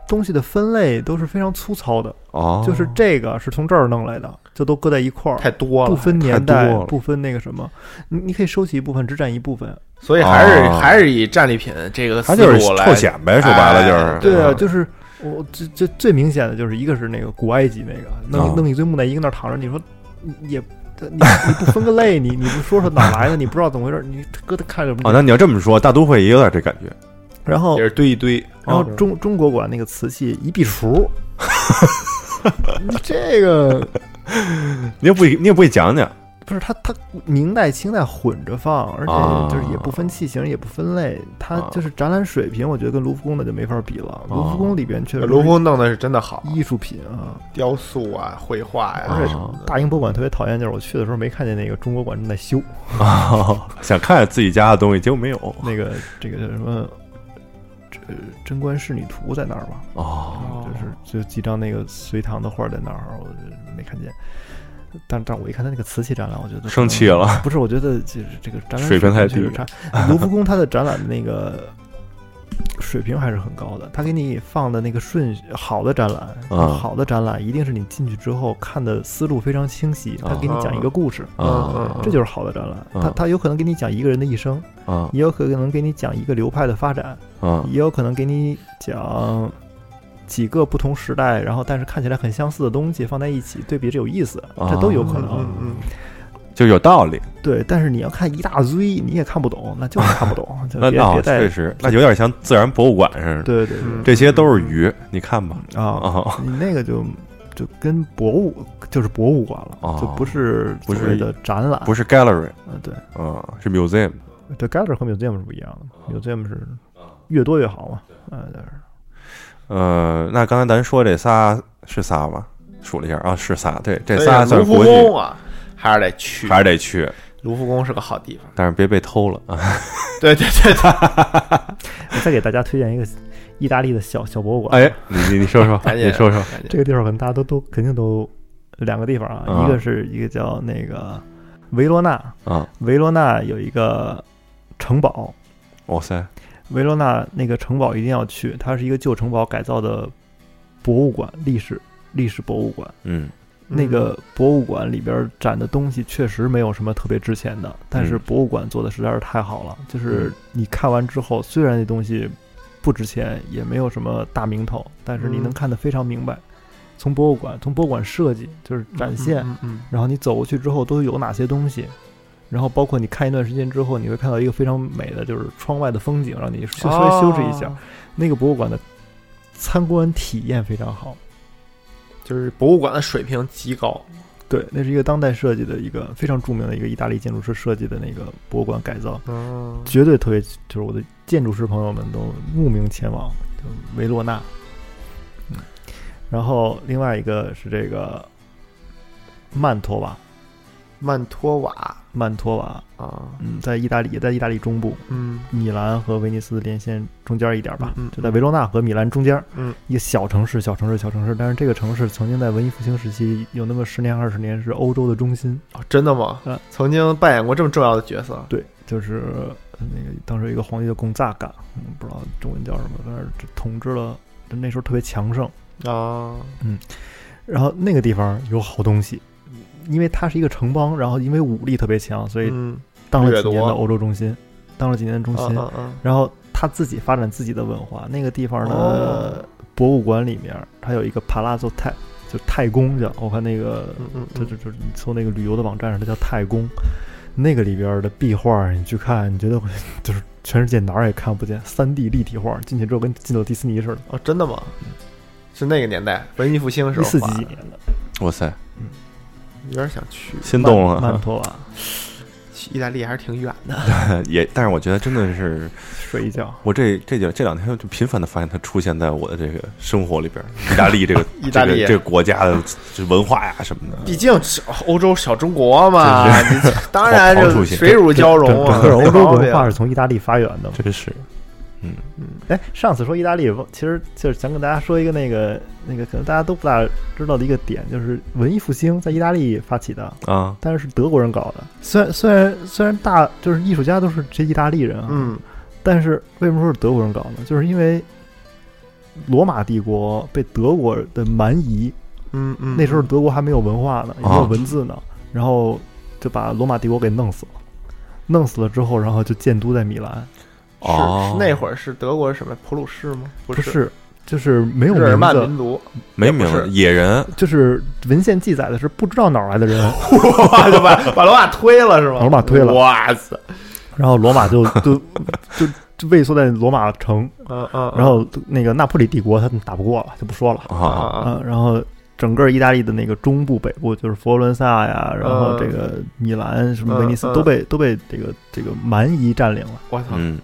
东西的分类都是非常粗糙的，
哦，
就是这个是从这儿弄来的，就都搁在一块儿，
太多
不
了。
分年代
多了，
不分那个什么，你你可以收集一部分，只占一部分。
所以还是、
哦
还是以战利品这个
他
思
就是
路来
臭显呗，说白了就是。嗯
哎
对啊，
吧
就是我这这最明显的就是一个是那个古埃及那个弄
啊
一弄一堆木乃伊搁那儿躺着，你说你也这你你不分个类，你你不说说哪来的，你不知道怎么回事，你搁它看着不
哦，那你要这么说，大都会也有点这感觉。
然后
也是堆一堆，
然后
哦
中中国馆那个瓷器一壁橱，你这个
你也不你也不会讲讲，
不是它它明代清代混着放，而
啊
且就是也不分器型，也不分类，它
啊
就是展览水平，我觉得跟卢浮宫的就没法比了。卢
啊
浮宫里边确实
卢浮宫弄的是真的好，
艺术品啊，
雕塑啊、绘画呀、
而且
什么的。
大英博物馆特别讨厌，就是我去的时候没看见那个中国馆正在修
哦 *laughs* 想看看自己家的东西，结果没有。
*laughs* 那个这个叫什么，这《贞观仕女图》在那儿吧，
哦，
就是就几张那个隋唐的画在那儿，我就没看见。但但我一看他那个瓷器展览，我觉得
生气。了，
不是，我觉得就是这个展览
水平太低
确实差。卢浮宫它的展览的那个水平还是很高的，它给你放的那个顺序，好的展览，
啊
好的展览一定是你进去之后看的思路非常清晰，它给你讲一
啊
个故事。
嗯
啊
这就是好的展览，它
嗯
它有可能给你讲一个人的一生，
啊
也有可能给你讲一个流派的发展，
啊！
也有可能给你讲几个不同时代，然后但是看起来很相似的东西放在一起对比着有意思，
啊
这都有可
嗯
能。
嗯，
就就有道理。
对，但是你要看一大堆，你也看不懂，那就是看不懂，就
那
别
那
别带
确。实，那有点像自然博物馆似的。
对对对
嗯
这些都是鱼，你看吧。
啊，
啊，
你那个就就跟博物就是博物馆
哦
了，就不是
不是
所谓的展览，
不是 gallery，
嗯对
嗯，是 museum。
对，gallery 和 museum 是不一样的，museum 是越多越好嘛，嗯，但是
呃，那刚才咱说这仨是仨吧？数了一下啊，是仨。对，这
所以
仨
哎卢
算
浮
国际，
宫啊，还是得去。
还是得去，
卢浮宫是个好地方。 *laughs*
但是别被偷了啊！
对对对对，
我再给大家推荐一个意大利的小小博物馆，
哎，你你你说说，
赶紧
你说说，
赶紧
这个地方可能大家都都肯定都两个地方啊，
啊
一个是一个叫那个维罗纳，
啊，
维罗纳有一个城堡，
哇塞，
维罗纳那个城堡一定要去，它是一个旧城堡改造的博物馆，历史历史博物馆。
嗯
那个博物馆里边展的东西确实没有什么特别值钱的，但是
嗯
博物馆做的实在是太好了。就是你看完之后，虽然那东西不值钱，也没有什么大名头，但是你
嗯
能看得非常明白。从博物馆，从博物馆设计就是展现，
嗯嗯
然后你走过去之后都有哪些东西，然后包括你看一段时间之后，你会看到一个非常美的就是窗外的风景，让你
嗯
稍微休息一下。
哦
那个博物馆的参观体验非常好。
就是博物馆的水平极高。
对，那是一个当代设计的一个非常著名的一个意大利建筑师设计的那个博物馆改造，
哦
嗯，
绝对特别，就是我的建筑师朋友们都慕名前往，就维罗纳。嗯，然后另外一个是这个曼托瓦，
曼托瓦
曼托瓦，
啊，
嗯，在意大利，也在意大利中部，
嗯
米兰和威尼斯连线中间一点吧，
嗯嗯
就在维罗纳和米兰中间，
嗯，
一个小城市，小城市，小城市，但是这个城市曾经在文艺复兴时期有那么十年二十年是欧洲的中心。
哦，真的吗
嗯？
曾经扮演过这么重要的角色，
对，就是呃那个当时有一个皇帝叫贡扎嘎，嗯，不知道中文叫什么，但是这统治了，就那时候特别强盛。
哦
啊，
然后那个地方有好东西，因为它是一个城邦，然后因为武力特别强，所以
嗯，
当了
掠
几年
夺
的欧洲中心，当了几年的中
啊
心。
啊啊，
然后他自己发展自己的文化，那个地方呢，
哦
博物馆里面它有一个 Palazzo 太，就太宫叫，我看那个
嗯嗯，
就就就你搜那个旅游的网站上，它叫太宫，那个里边的壁画，你去看，你觉得会就是全世界哪儿也看不见，三 D 立体画，进去之后跟进到迪士尼似的，
哦，真的吗？是那个年代文艺复兴的时
一
候
四
画
几几
的，
年的
哇塞，
有点想去，
心动
曼曼
了，
托瓦，
去意大利还是挺远的。
*laughs* 也，但是我觉得真的是，
睡一觉，
我这这几这两天就频繁的发现它出现在我的这个生活里边儿，意大利这个
*laughs* 意大利
这个这个国家的这文化呀什么的，
毕竟是欧洲小中国嘛，你这当然
好好出
就
现
水乳交融
整
啊，*laughs*
整个
没
欧洲
毛
文
病
化是从意大利发源的嘛。
真是
哎，上次说意大利，其实就是想跟大家说一个那个那个，可能大家都不大知道的一个点，就是文艺复兴在意大利发起的，
啊，
但是是德国人搞的。虽然虽然虽然大就是艺术家都是这意大利人啊，
嗯，
但是为什么说是德国人搞呢？就是因为罗马帝国被德国的蛮夷，
嗯嗯，
那时候德国还没有文化呢，也没有
啊
文字呢，然后就把罗马帝国给弄死了。弄死了之后，然后就建都在米兰，
是
哦
是那会儿是德国是什么普鲁士吗？不
不是，就是没有
日耳
名
曼
字，
民族， *laughs*
没名
也不
儿
是
野人，
就是文献记载的是不知道哪儿来的人，
哇，就把把罗马推了是吗？
把罗马推了
哇塞，
然后罗马就就就就畏缩在罗马城，
嗯嗯，
然后那个那不里帝国他们打不过了，就不说了
啊
啊，
啊，
嗯，然后整个意大利的那个中部、北部，就是佛罗伦萨呀，然后这个米兰、什么威尼斯
嗯嗯
都被都被这个这个蛮夷占领了。
我操，
嗯，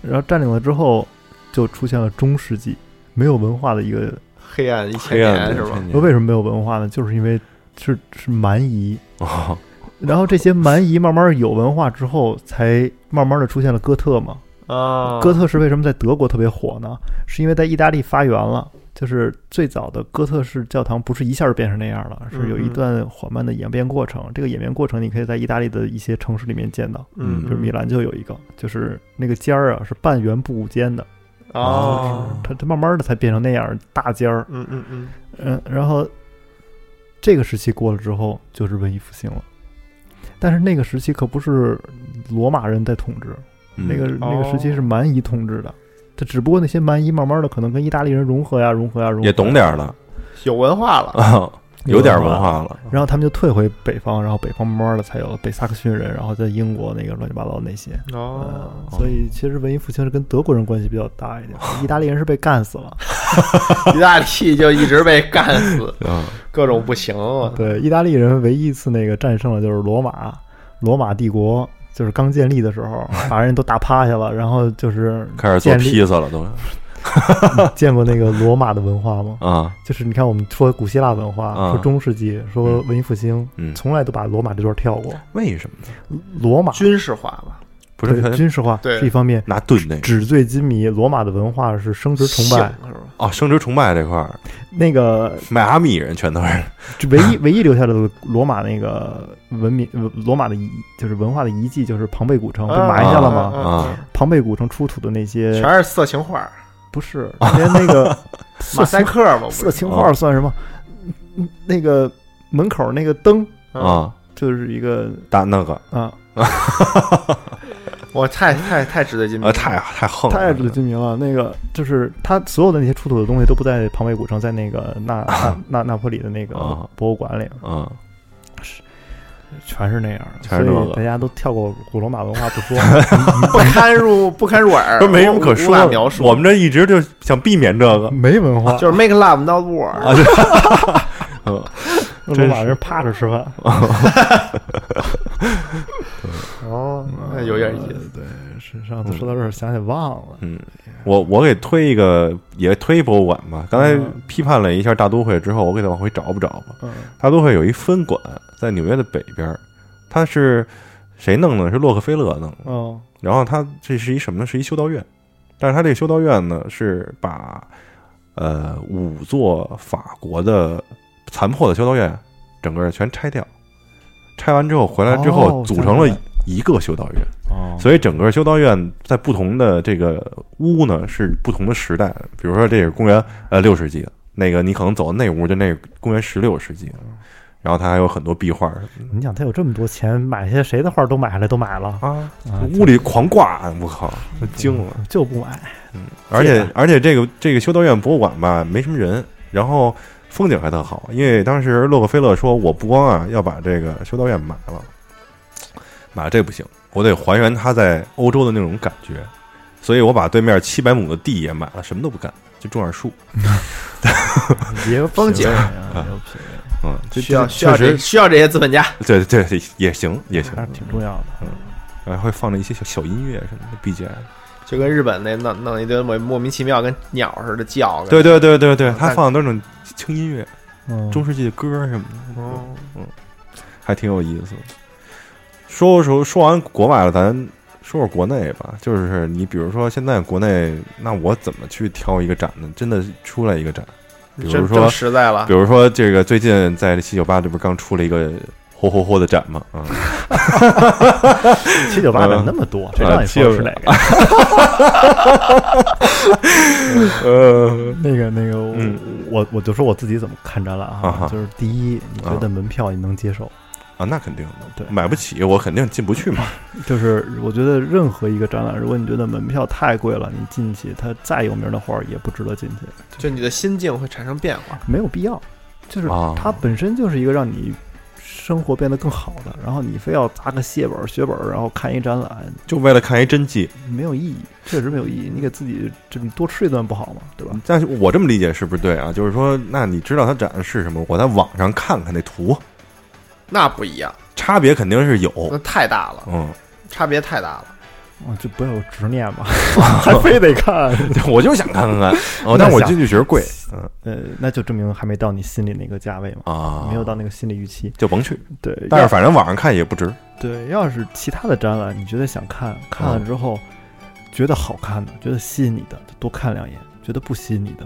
然后占领了之后，就出现了中世纪没有文化的一个。
黑暗一千
黑暗
年
的
是
千
吧？
年
为什么没有文化呢？就是因为是是蛮夷，
哦
然后这些蛮夷慢慢有文化之后，才慢慢的出现了哥特嘛。
啊，
哥特式为什么在德国特别火呢？是因为在意大利发源了。就是最早的哥特式教堂不是一下就变成那样了，是
嗯
有一段缓慢的演变过程。这个演变过程你可以在意大利的一些城市里面见到，
嗯，
就是米兰就有一个，就是那个尖儿啊是半圆不尖的，
哦，
它它慢慢的才变成那样大尖儿。
嗯嗯嗯，
嗯，然后这个时期过了之后，就是文艺复兴了。但是那个时期可不是罗马人在统治，
嗯
那个那个时期
哦
是蛮夷统治的。它只不过那些蛮夷慢慢的可能跟意大利人融合呀，融合呀，融合呀
也懂点儿了
有文化了，
啊，有点文。化了。
然后他们就退回北方，然后北方慢慢的才有北萨克逊人，然后在英国那个乱七八糟的那些。
哦
嗯，，所以其实文艺复兴是跟德国人关系比较大一点，意大利人是被干
*laughs*
死了。
意大利就一直被干死，
嗯，
各种不行。我操
对，意大利人唯一一次那个战胜了就是罗马，罗马帝国就是刚建立的时
*laughs*
候，把人都打趴下了，然后就是 *laughs*
开始做
建立
披萨了都
见过那个罗马的文化吗？
啊，
就是你看我们说古希腊文化，
啊
说中世纪，说文艺复兴，
嗯，
从来都把罗马这段跳过。
为什么呢？
罗马
军事化吧，
不是
对
他
军事化
对
是一方面，
拿盾那个
纸醉金迷，罗马的文化是生殖崇拜。
性是吧？
哦，生殖崇拜这块儿，
那个
迈阿密人全都是
就唯
*laughs*
一唯一留下的罗马那个文明，呃罗马的遗就是文化的遗迹，就是庞贝古城被埋下了
啊
吗？
啊，
庞贝古城出土的那些
全是色情画，
不是连那个
*laughs* 马赛克吧？不是
色情画算什么？嗯那个门口那个灯
啊！
啊，
就是一个
打那个
啊，
我太太太纸醉金迷
啊，
了，
太太横了，
太指金明了。那个就是他所有的那些出土的东西都不在庞贝古城，在那个那那那那不里的那个
啊
博物馆里，
嗯，
全是那样的，
全是那
所
个
以大家都跳过古罗马文化不说。
不堪入不堪入
*laughs*
耳，
都没什么可
无
说
无
的
法描。述。
我们这一直就想避免这个，
没文化，
就是 make love not war，
啊，对，嗯
罗马人趴着吃饭， *laughs*
哦，
嗯
那有点意思。
思。对，是上次说到这儿，想起忘了。
嗯，我我给推一个，也推博物馆吧。刚才
嗯
批判了一下大都会之后，我给它往回找不找吧。
嗯，
大都会有一分馆在纽约的北边儿，它是谁弄的？是洛克菲勒弄的。
哦，
然后它这是一什么呢？是一修道院，但是它这个修道院呢是把呃五座法国的残破的修道院整个全拆掉，拆完之后回来之后
哦
组成了
想起来
一个修道院，
哦，
所以整个修道院在不同的这个屋呢是不同的时代的，比如说这是公元呃六世纪的，那个你可能走到那屋就那个公元十六世纪的，然后它还有很多壁画什么
你想他有这么多钱，买些谁的画都买下来，都买了
的，啊，
啊
屋里狂挂，我靠，我惊了。
就不买。
而且
借
而且这个这个修道院博物馆吧，没什么人，然后风景还特好，因为当时洛克菲勒说，我不光啊要把这个修道院买了，买了这不行，我得还原他在欧洲的那种感觉，所以我把对面七百亩的地也买了，什么都不干，就种点树，
也有
风景
品味啊，也有品味，
嗯，这
需
这
要需要
确
这
实，
需要这些资本家，
对对对，也行也行
还，是挺重要的。
然后会放着一些小小音乐什么的 BGM，
就跟日本那弄弄一堆莫莫名其妙跟鸟似的叫。
对，对对对对，他
但
放的都是那种轻音乐，
嗯，
中世纪的歌什么的。嗯
哦，
还挺有意思的。说说说完国外了，咱说说国内吧。就是你比如说现在国内，那我怎么去挑一个展呢？真的出来一个展，比
这
如
这么
说，
实在了
比，如说这个最近在七九八这不是刚出了一个嚯嚯嚯的展吗？
*laughs*
啊、
七九八的
嗯啊
那么多，谁让你说是哪个？
呃，
*laughs* 那个那个，我
嗯
我我就说我自己怎么看展览
啊
哈
哈，
就是第一，你觉得门票你能接受？
啊，那肯定的，
对
买不起我肯定进不去嘛。
就是我觉得任何一个展览，如果你觉得门票太贵了，你进去它再有名的画儿也不值得进去，
就你的心境会产生变化。
没有必要。就是
啊
它本身就是一个让你生活变得更好的，然后你非要砸个血本儿血本儿，然后看一展览，
就为了看一真迹，
没有意义，确实没有意义。你给自己这你多吃一顿不好吗？对吧？
但是我这么理解是不是对啊？就是说，那你知道它展的是什么？我在网上看看那图，
那不一样，
差别肯定是有。
那太大了，
嗯，
差别太大了。
啊，就不要有执念 *laughs* 吧，还非得看。
对嗯 *laughs* 我就想看看看，
*laughs*
哦，但
那
我
想
进去觉得贵，嗯
呃，那就证明还没到你心里那个价位嘛，
啊，
没有到那个心理预期。
就甭去。
对，
但
要
是反正网上看也不值，
对，要是其他的展览，你觉得想看，看
嗯
了之后、觉得好看的，觉得吸引你的，就多看两眼；觉得不吸引你的，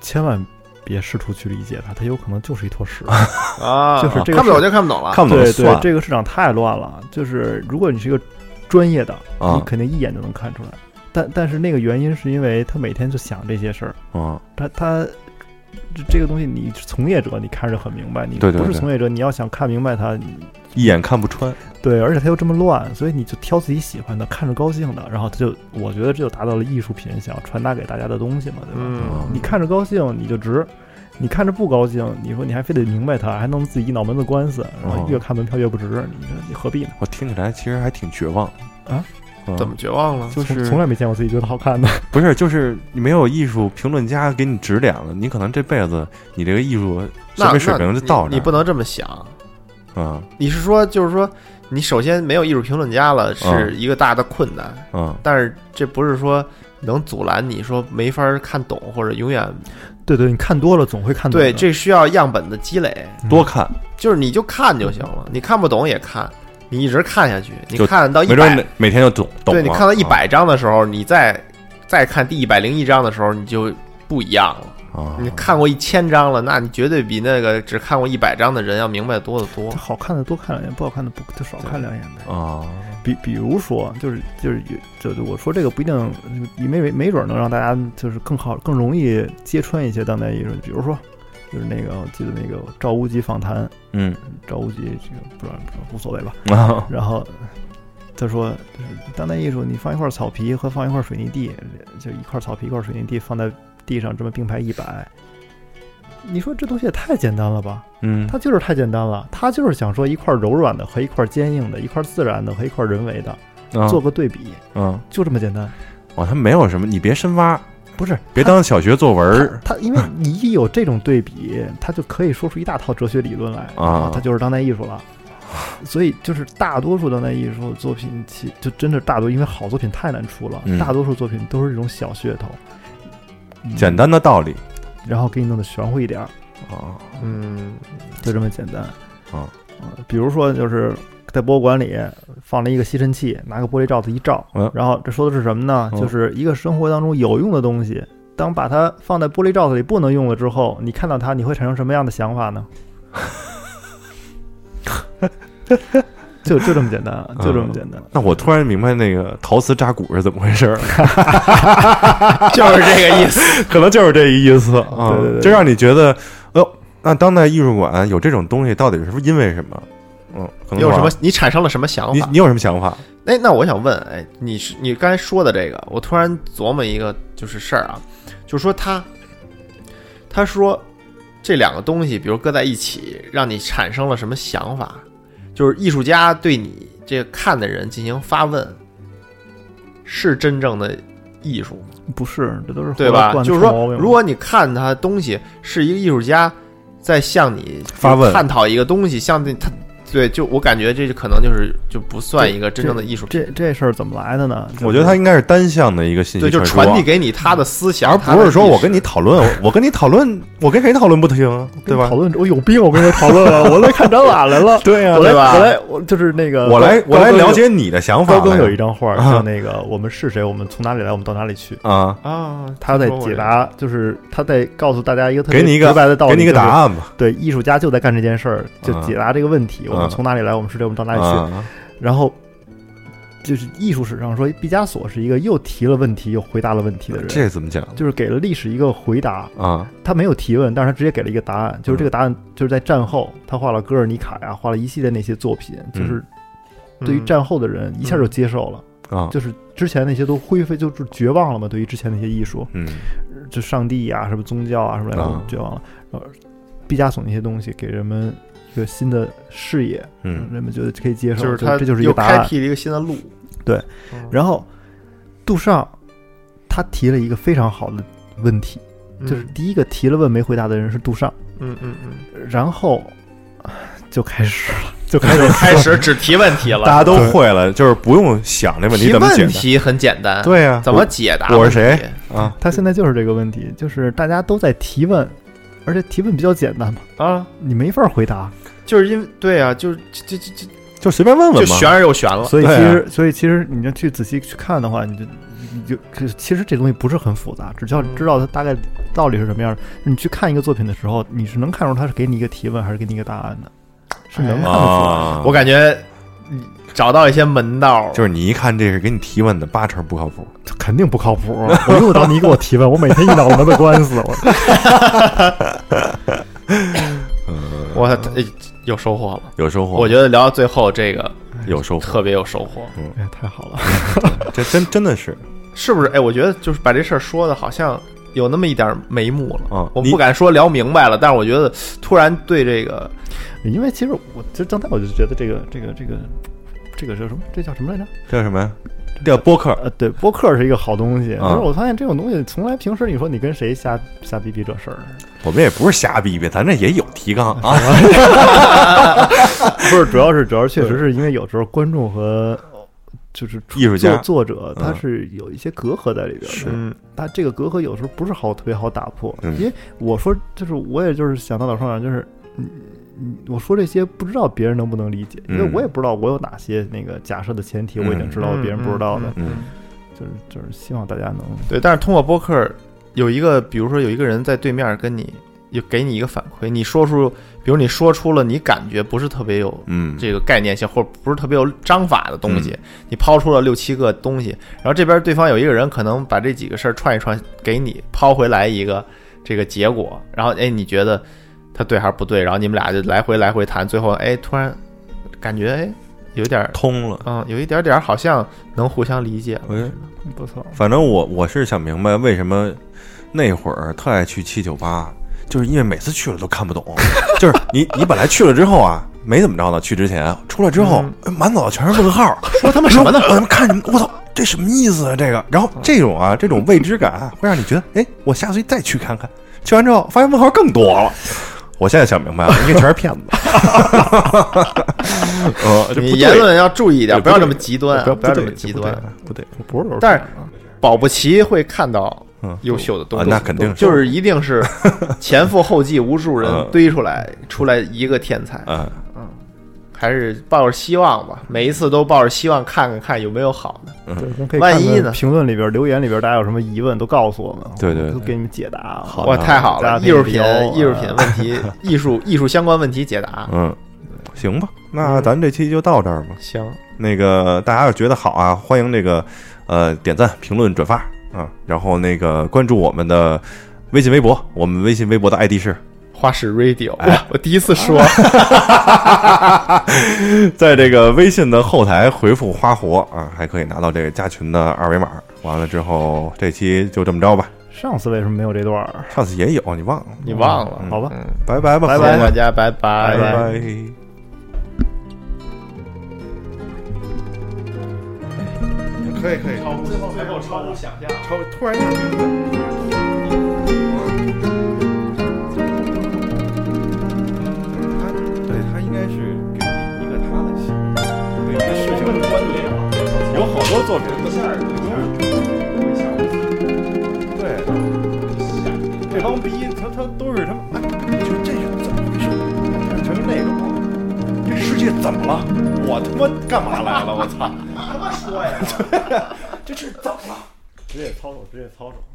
千万别试图去理解它，它有可能就是一坨屎。
啊，
就是这个
看不懂就看不懂了。
看不懂就
对
算
对，
了
这个市场太乱了。就是如果你是一个专业的，你
啊
肯定一眼就能看出来。但但是那个原因是因为他每天就想这些事儿，
啊
他他这这个东西，你是从业者你看着很明白，你
对对
不是
对
从业者，你要想看明白它，你
一眼看不穿，
对，而且它又这么乱，所以你就挑自己喜欢的，看着高兴的，然后它就我觉得这就达到了艺术品想要传达给大家的东西嘛，对吧？
嗯
嗯，
你看着高兴你就值，你看着不高兴，你说你还非得明白他，还弄自己一脑门子官司，然后
哦
越看门票越不值，你说你何必呢？
我听起来其实还挺绝望
啊
嗯
怎么绝望了？
就
从
是
从来没见过自己觉得好看的， *laughs*
不是就是你没有艺术评论家给你指点了，你可能这辈子你这个艺术审
那
美水平
那
就到
你
这
你不
儿
能这么想，
嗯
你是说就是说，你首先没有艺术评论家了是一个大的困难，
嗯，
但是这不是说能阻拦你说没法看懂或者永远
对对，你看多了总会看懂
对，
的
这需要样本的积累，
多看，
就是你就看就行了，你看不懂也看，你一直看下去，你
就
看到一
没准
百
哪，每天就懂懂
对
了。
你看到一
啊
百章的时候，你再再看第一百零一章的时候，你就不一样了。
啊，
你看过一千章了，那你绝对比那个只看过一百章的人要明白得多得多。
好看的多看两眼，不好看的不就少看两眼呗。
啊，
比比如说，就是就是就就我说这个不一定，没没没准能让大家就是更好、更容易揭穿一些当代艺术。比如说，就是那个我记得那个赵无极访谈，
嗯 *laughs*
赵无极这个不知道不知道无所谓吧。
啊，
然后他说，就是当代艺术，你放一块草皮和放一块水泥地，就一块草皮一块水泥地放在地上这么并排一摆，你说这东西也太简单了吧？
嗯，
它就是太简单了，它就是想说一块柔软的和一块坚硬的，一块自然的和一块人为的。
啊
做个对比，
嗯，
就这么简单。
哦，他没有什么，你别深挖，
不是，
别当小学作文儿
他，他因为你一有这种对比，他就可以说出一大套哲学理论来，
啊
他，就是当代艺术了。所以，就是大多数当代艺术作品，其就真的大多，因为好作品太难出了，
嗯
大多数作品都是这种小噱头，嗯
简，单的道理
然后给你弄得玄乎一点儿，
啊，
*laughs* 嗯，
就这么简单。
啊
呃比如说就是在博物馆里放了一个吸尘器，拿个玻璃罩子一罩
嗯，
然后这说的是什么呢？
嗯
就是一个生活当中有用的东西，当把它放在玻璃罩子里不能用了之后，你看到它，你会产生什么样的想法呢？ *laughs* 就就这么简单，啊就
嗯
这么简单。
那我突然明白那个陶瓷扎古是怎么回事儿了，
*laughs* 就是这个意思。
可能就是这一意思啊
哦对对，对
就让你觉得，哦，那当代艺术馆有这种东西，到底是因为什么？嗯，可能
*laughs* 你有什么
是？？
你产生了什么想
你
法？
你有什么想法？
哎，那我想问，哎，你是你刚才说的这个，我突然琢磨一个就是事儿啊，就是说他，他说这两个东西，比如搁在一起，让你产生了什么想法？就是艺术家对你这个看的人进行发问，是真正的艺术吗？
不是，这都是
对
后来
吧？
惯的
就是
臭毛
说，
病
如果你看他东西是一个艺术家在向你
发问
探讨一个东西，向你他对，就我感觉这就可能就是就不算一个真正的艺术品
这，这事儿怎么来的呢？
我觉得它应该是单向的一个信息
对，就
传
传
输啊
递给你他的思想，
而
他的
不是说
意识
我跟你讨论，我我跟你讨论，我跟谁讨论不听，对吧
讨？论哦我有病，我跟人讨论了，我来看展览来了，
对呀
*laughs* 我来
对吧
我来我就是那个
我来我来
高更有
了解你的想法
高
了呀。
更有一张画儿
啊
叫那个“我们是谁，我们从哪里来，我们到哪里去
啊，
啊”，，
他在
听说过
解
这个，
答，就是他在告诉大家一个特别
给你一个
直白的道理，
给你一个答
就是
案吧。
对，艺术家就在干这件事儿，就
啊
解答这个问题：我
啊
们从哪里来，我们是谁，我们到哪里去。
啊，
然后就是艺术史上说，毕加索是一个又提了问题又回答了问题的人，
这怎么讲
就是给了历史一个回答。
啊？
他没有提问，但是他直接给了一个答案，就是这个答案就是在战后，他画了《戈尔尼卡》呀，画了一系列那些作品，就是对于
嗯
战后的人一下就接受了。
啊，
就是之前那些都灰飞，就是绝望了嘛。对于之前那些艺术，
嗯
就上帝啊，什么宗教啊，什么来
啊
着，绝望了。然后毕加索那些东西给人们一个新的视野，
嗯
人们觉得可以接受，
就是
就
他
这就是一
又
个答
开
案。
辟了一个新的路，
对
嗯，
然后杜尚他提了一个非常好的问题，
嗯
就是第一个提了问没回答的人是杜尚，
嗯嗯嗯，
*laughs*
然后唉就开始了，就开始
就开始只提问题
大
了，
家都会了，就是不用想这问题
提
怎么解
问
答。
题很简单，
对呀，
怎么解答？
我我是谁？啊？
他现在就是这个问题，就是大家都在提问，而且提问比较简单嘛，
啊？
你没法回答。
就是因为对啊，就是这这这
就随便问
就
问嘛。
悬而又悬了，
所以其
对啊
实，所以其实你要去仔细去看的话，你就你就可其实这东西不是很复杂，只要
嗯
知道它大概道理是什么样的。你去看一个作品的时候，你是能看出它是给你一个提问还是给你一个答案的，是能看得出来。
啊，
我感觉你找到一些门道了，
就是你一看这是给你提问的，八成不靠谱。
这肯定不靠谱， *laughs* 我用得到你给我提问，我每天一脑门子官司， *laughs* 我
我哎有收获了。
有收获，
我觉得聊到最后这个
有收获，
特别有收获，
哎太好了。
这真真的是
是不是？哎，我觉得就是把这事儿说的好像有那么一点眉目了。
啊
我
你
不敢说聊明白了，但是我觉得突然对这个
因为其实我就刚才我就觉得这个这个这个这个叫什么？这叫什么来着？
这叫什么呀？这叫播客，
呃，对，播客是一个好东西。
啊
但是我发现这种东西，从来平时你说你跟谁瞎瞎逼逼这事儿，
我们也不是瞎逼逼，咱这也有提纲啊。
*laughs* 不是，主要是主要确实是因为有时候观众和就是
艺术家
作作者
嗯
他是有一些隔阂在里边的，
嗯
他这个隔阂有时候不是好特别好打破，
嗯
因为我说就是我也就是想到老双就是嗯。嗯我说这些不知道别人能不能理解，因为
嗯
我也不知道我有哪些那个假设的前提，我已经知道
嗯
别人不知道的，
嗯
就是就是希望大家能
对，但是通过播客有一个，比如说有一个人在对面跟你，有给你一个反馈，你说出，比如你说出了你感觉不是特别有
嗯，
这个概念性或者不是特别有章法的东西，你抛出了六七个东西，然后这边对方有一个人可能把这几个事儿串一串给你抛回来一个这个结果，然后哎你觉得他对还是不对，然后你们俩就来回来回谈，最后哎突然感觉哎有点儿
通了。
嗯有一点点儿好像能互相理解了，
我觉得
不错。
反正我我是想明白为什么那会儿特爱去七九八，就是因为每次去了都看不懂。 *laughs* 就是你你本来去了之后啊，没怎么着呢，去之前出来之后，哎满脑子全是问号，说他妈什么呢？我他妈看你们，我操，这什么意思啊？这个，然后这种啊，这种未知感啊会让你觉得，哎，我下次再去看看。去完之后发现问号更多了。我现在想明白了，因为全是
*laughs*
骗子。呃，这不
你
对
言论要注意一点，
对
不要这么极端啊，
不
不要这么极端。，
不对，
我不是，
但是保不齐会看到
啊嗯，
优秀的东西，
啊那肯定是
就是一定
*laughs*
是前赴后继，无数人
嗯
堆出来，出来一个天才，
嗯。
还是抱着希望吧，每一次都抱着希望看看看有没有好的。
啊
对，咱可以
万
看
一
看
呢
评论里边、留言里边，大家有什么疑问都告诉我们，
对对对
我都给你们解答。啊
好
哇，太好
大
了！
家
艺术品
可以聊，
艺术品问题，
*laughs*
艺术艺术相关问题解答。
嗯，行吧，那咱这期就到这儿吧。
行，
那个大家要觉得好啊，欢迎这个呃点赞、评论、转发啊，然后那个关注我们的微信、微博，我们微信、微博的 ID 是
花式 radio，哇，
哎
我第一次
啊
说，
*laughs* 在这个微信的后台回复“花活”啊，还可以拿到这个加群的二维码。啊完了之后，这期就这么着吧。
上次为什么没有这段儿？
上次也有，你忘了？
你忘了？
嗯
好吧，
嗯，
拜拜吧，
拜
朋友
拜，
们
大家，拜拜
拜
拜
拜
拜可以可以，
最后没有超乎想象。
超突然一下明白。他对他应该是给你一个他的心，对一个事情的观点，有好多作品都是对，这帮逼他他都是他妈，哎，你说这是怎么回事？全是那种，这世界怎么了？我他妈干嘛来了？我操！他妈说呀，这是怎么了？
直接操守，直接操守。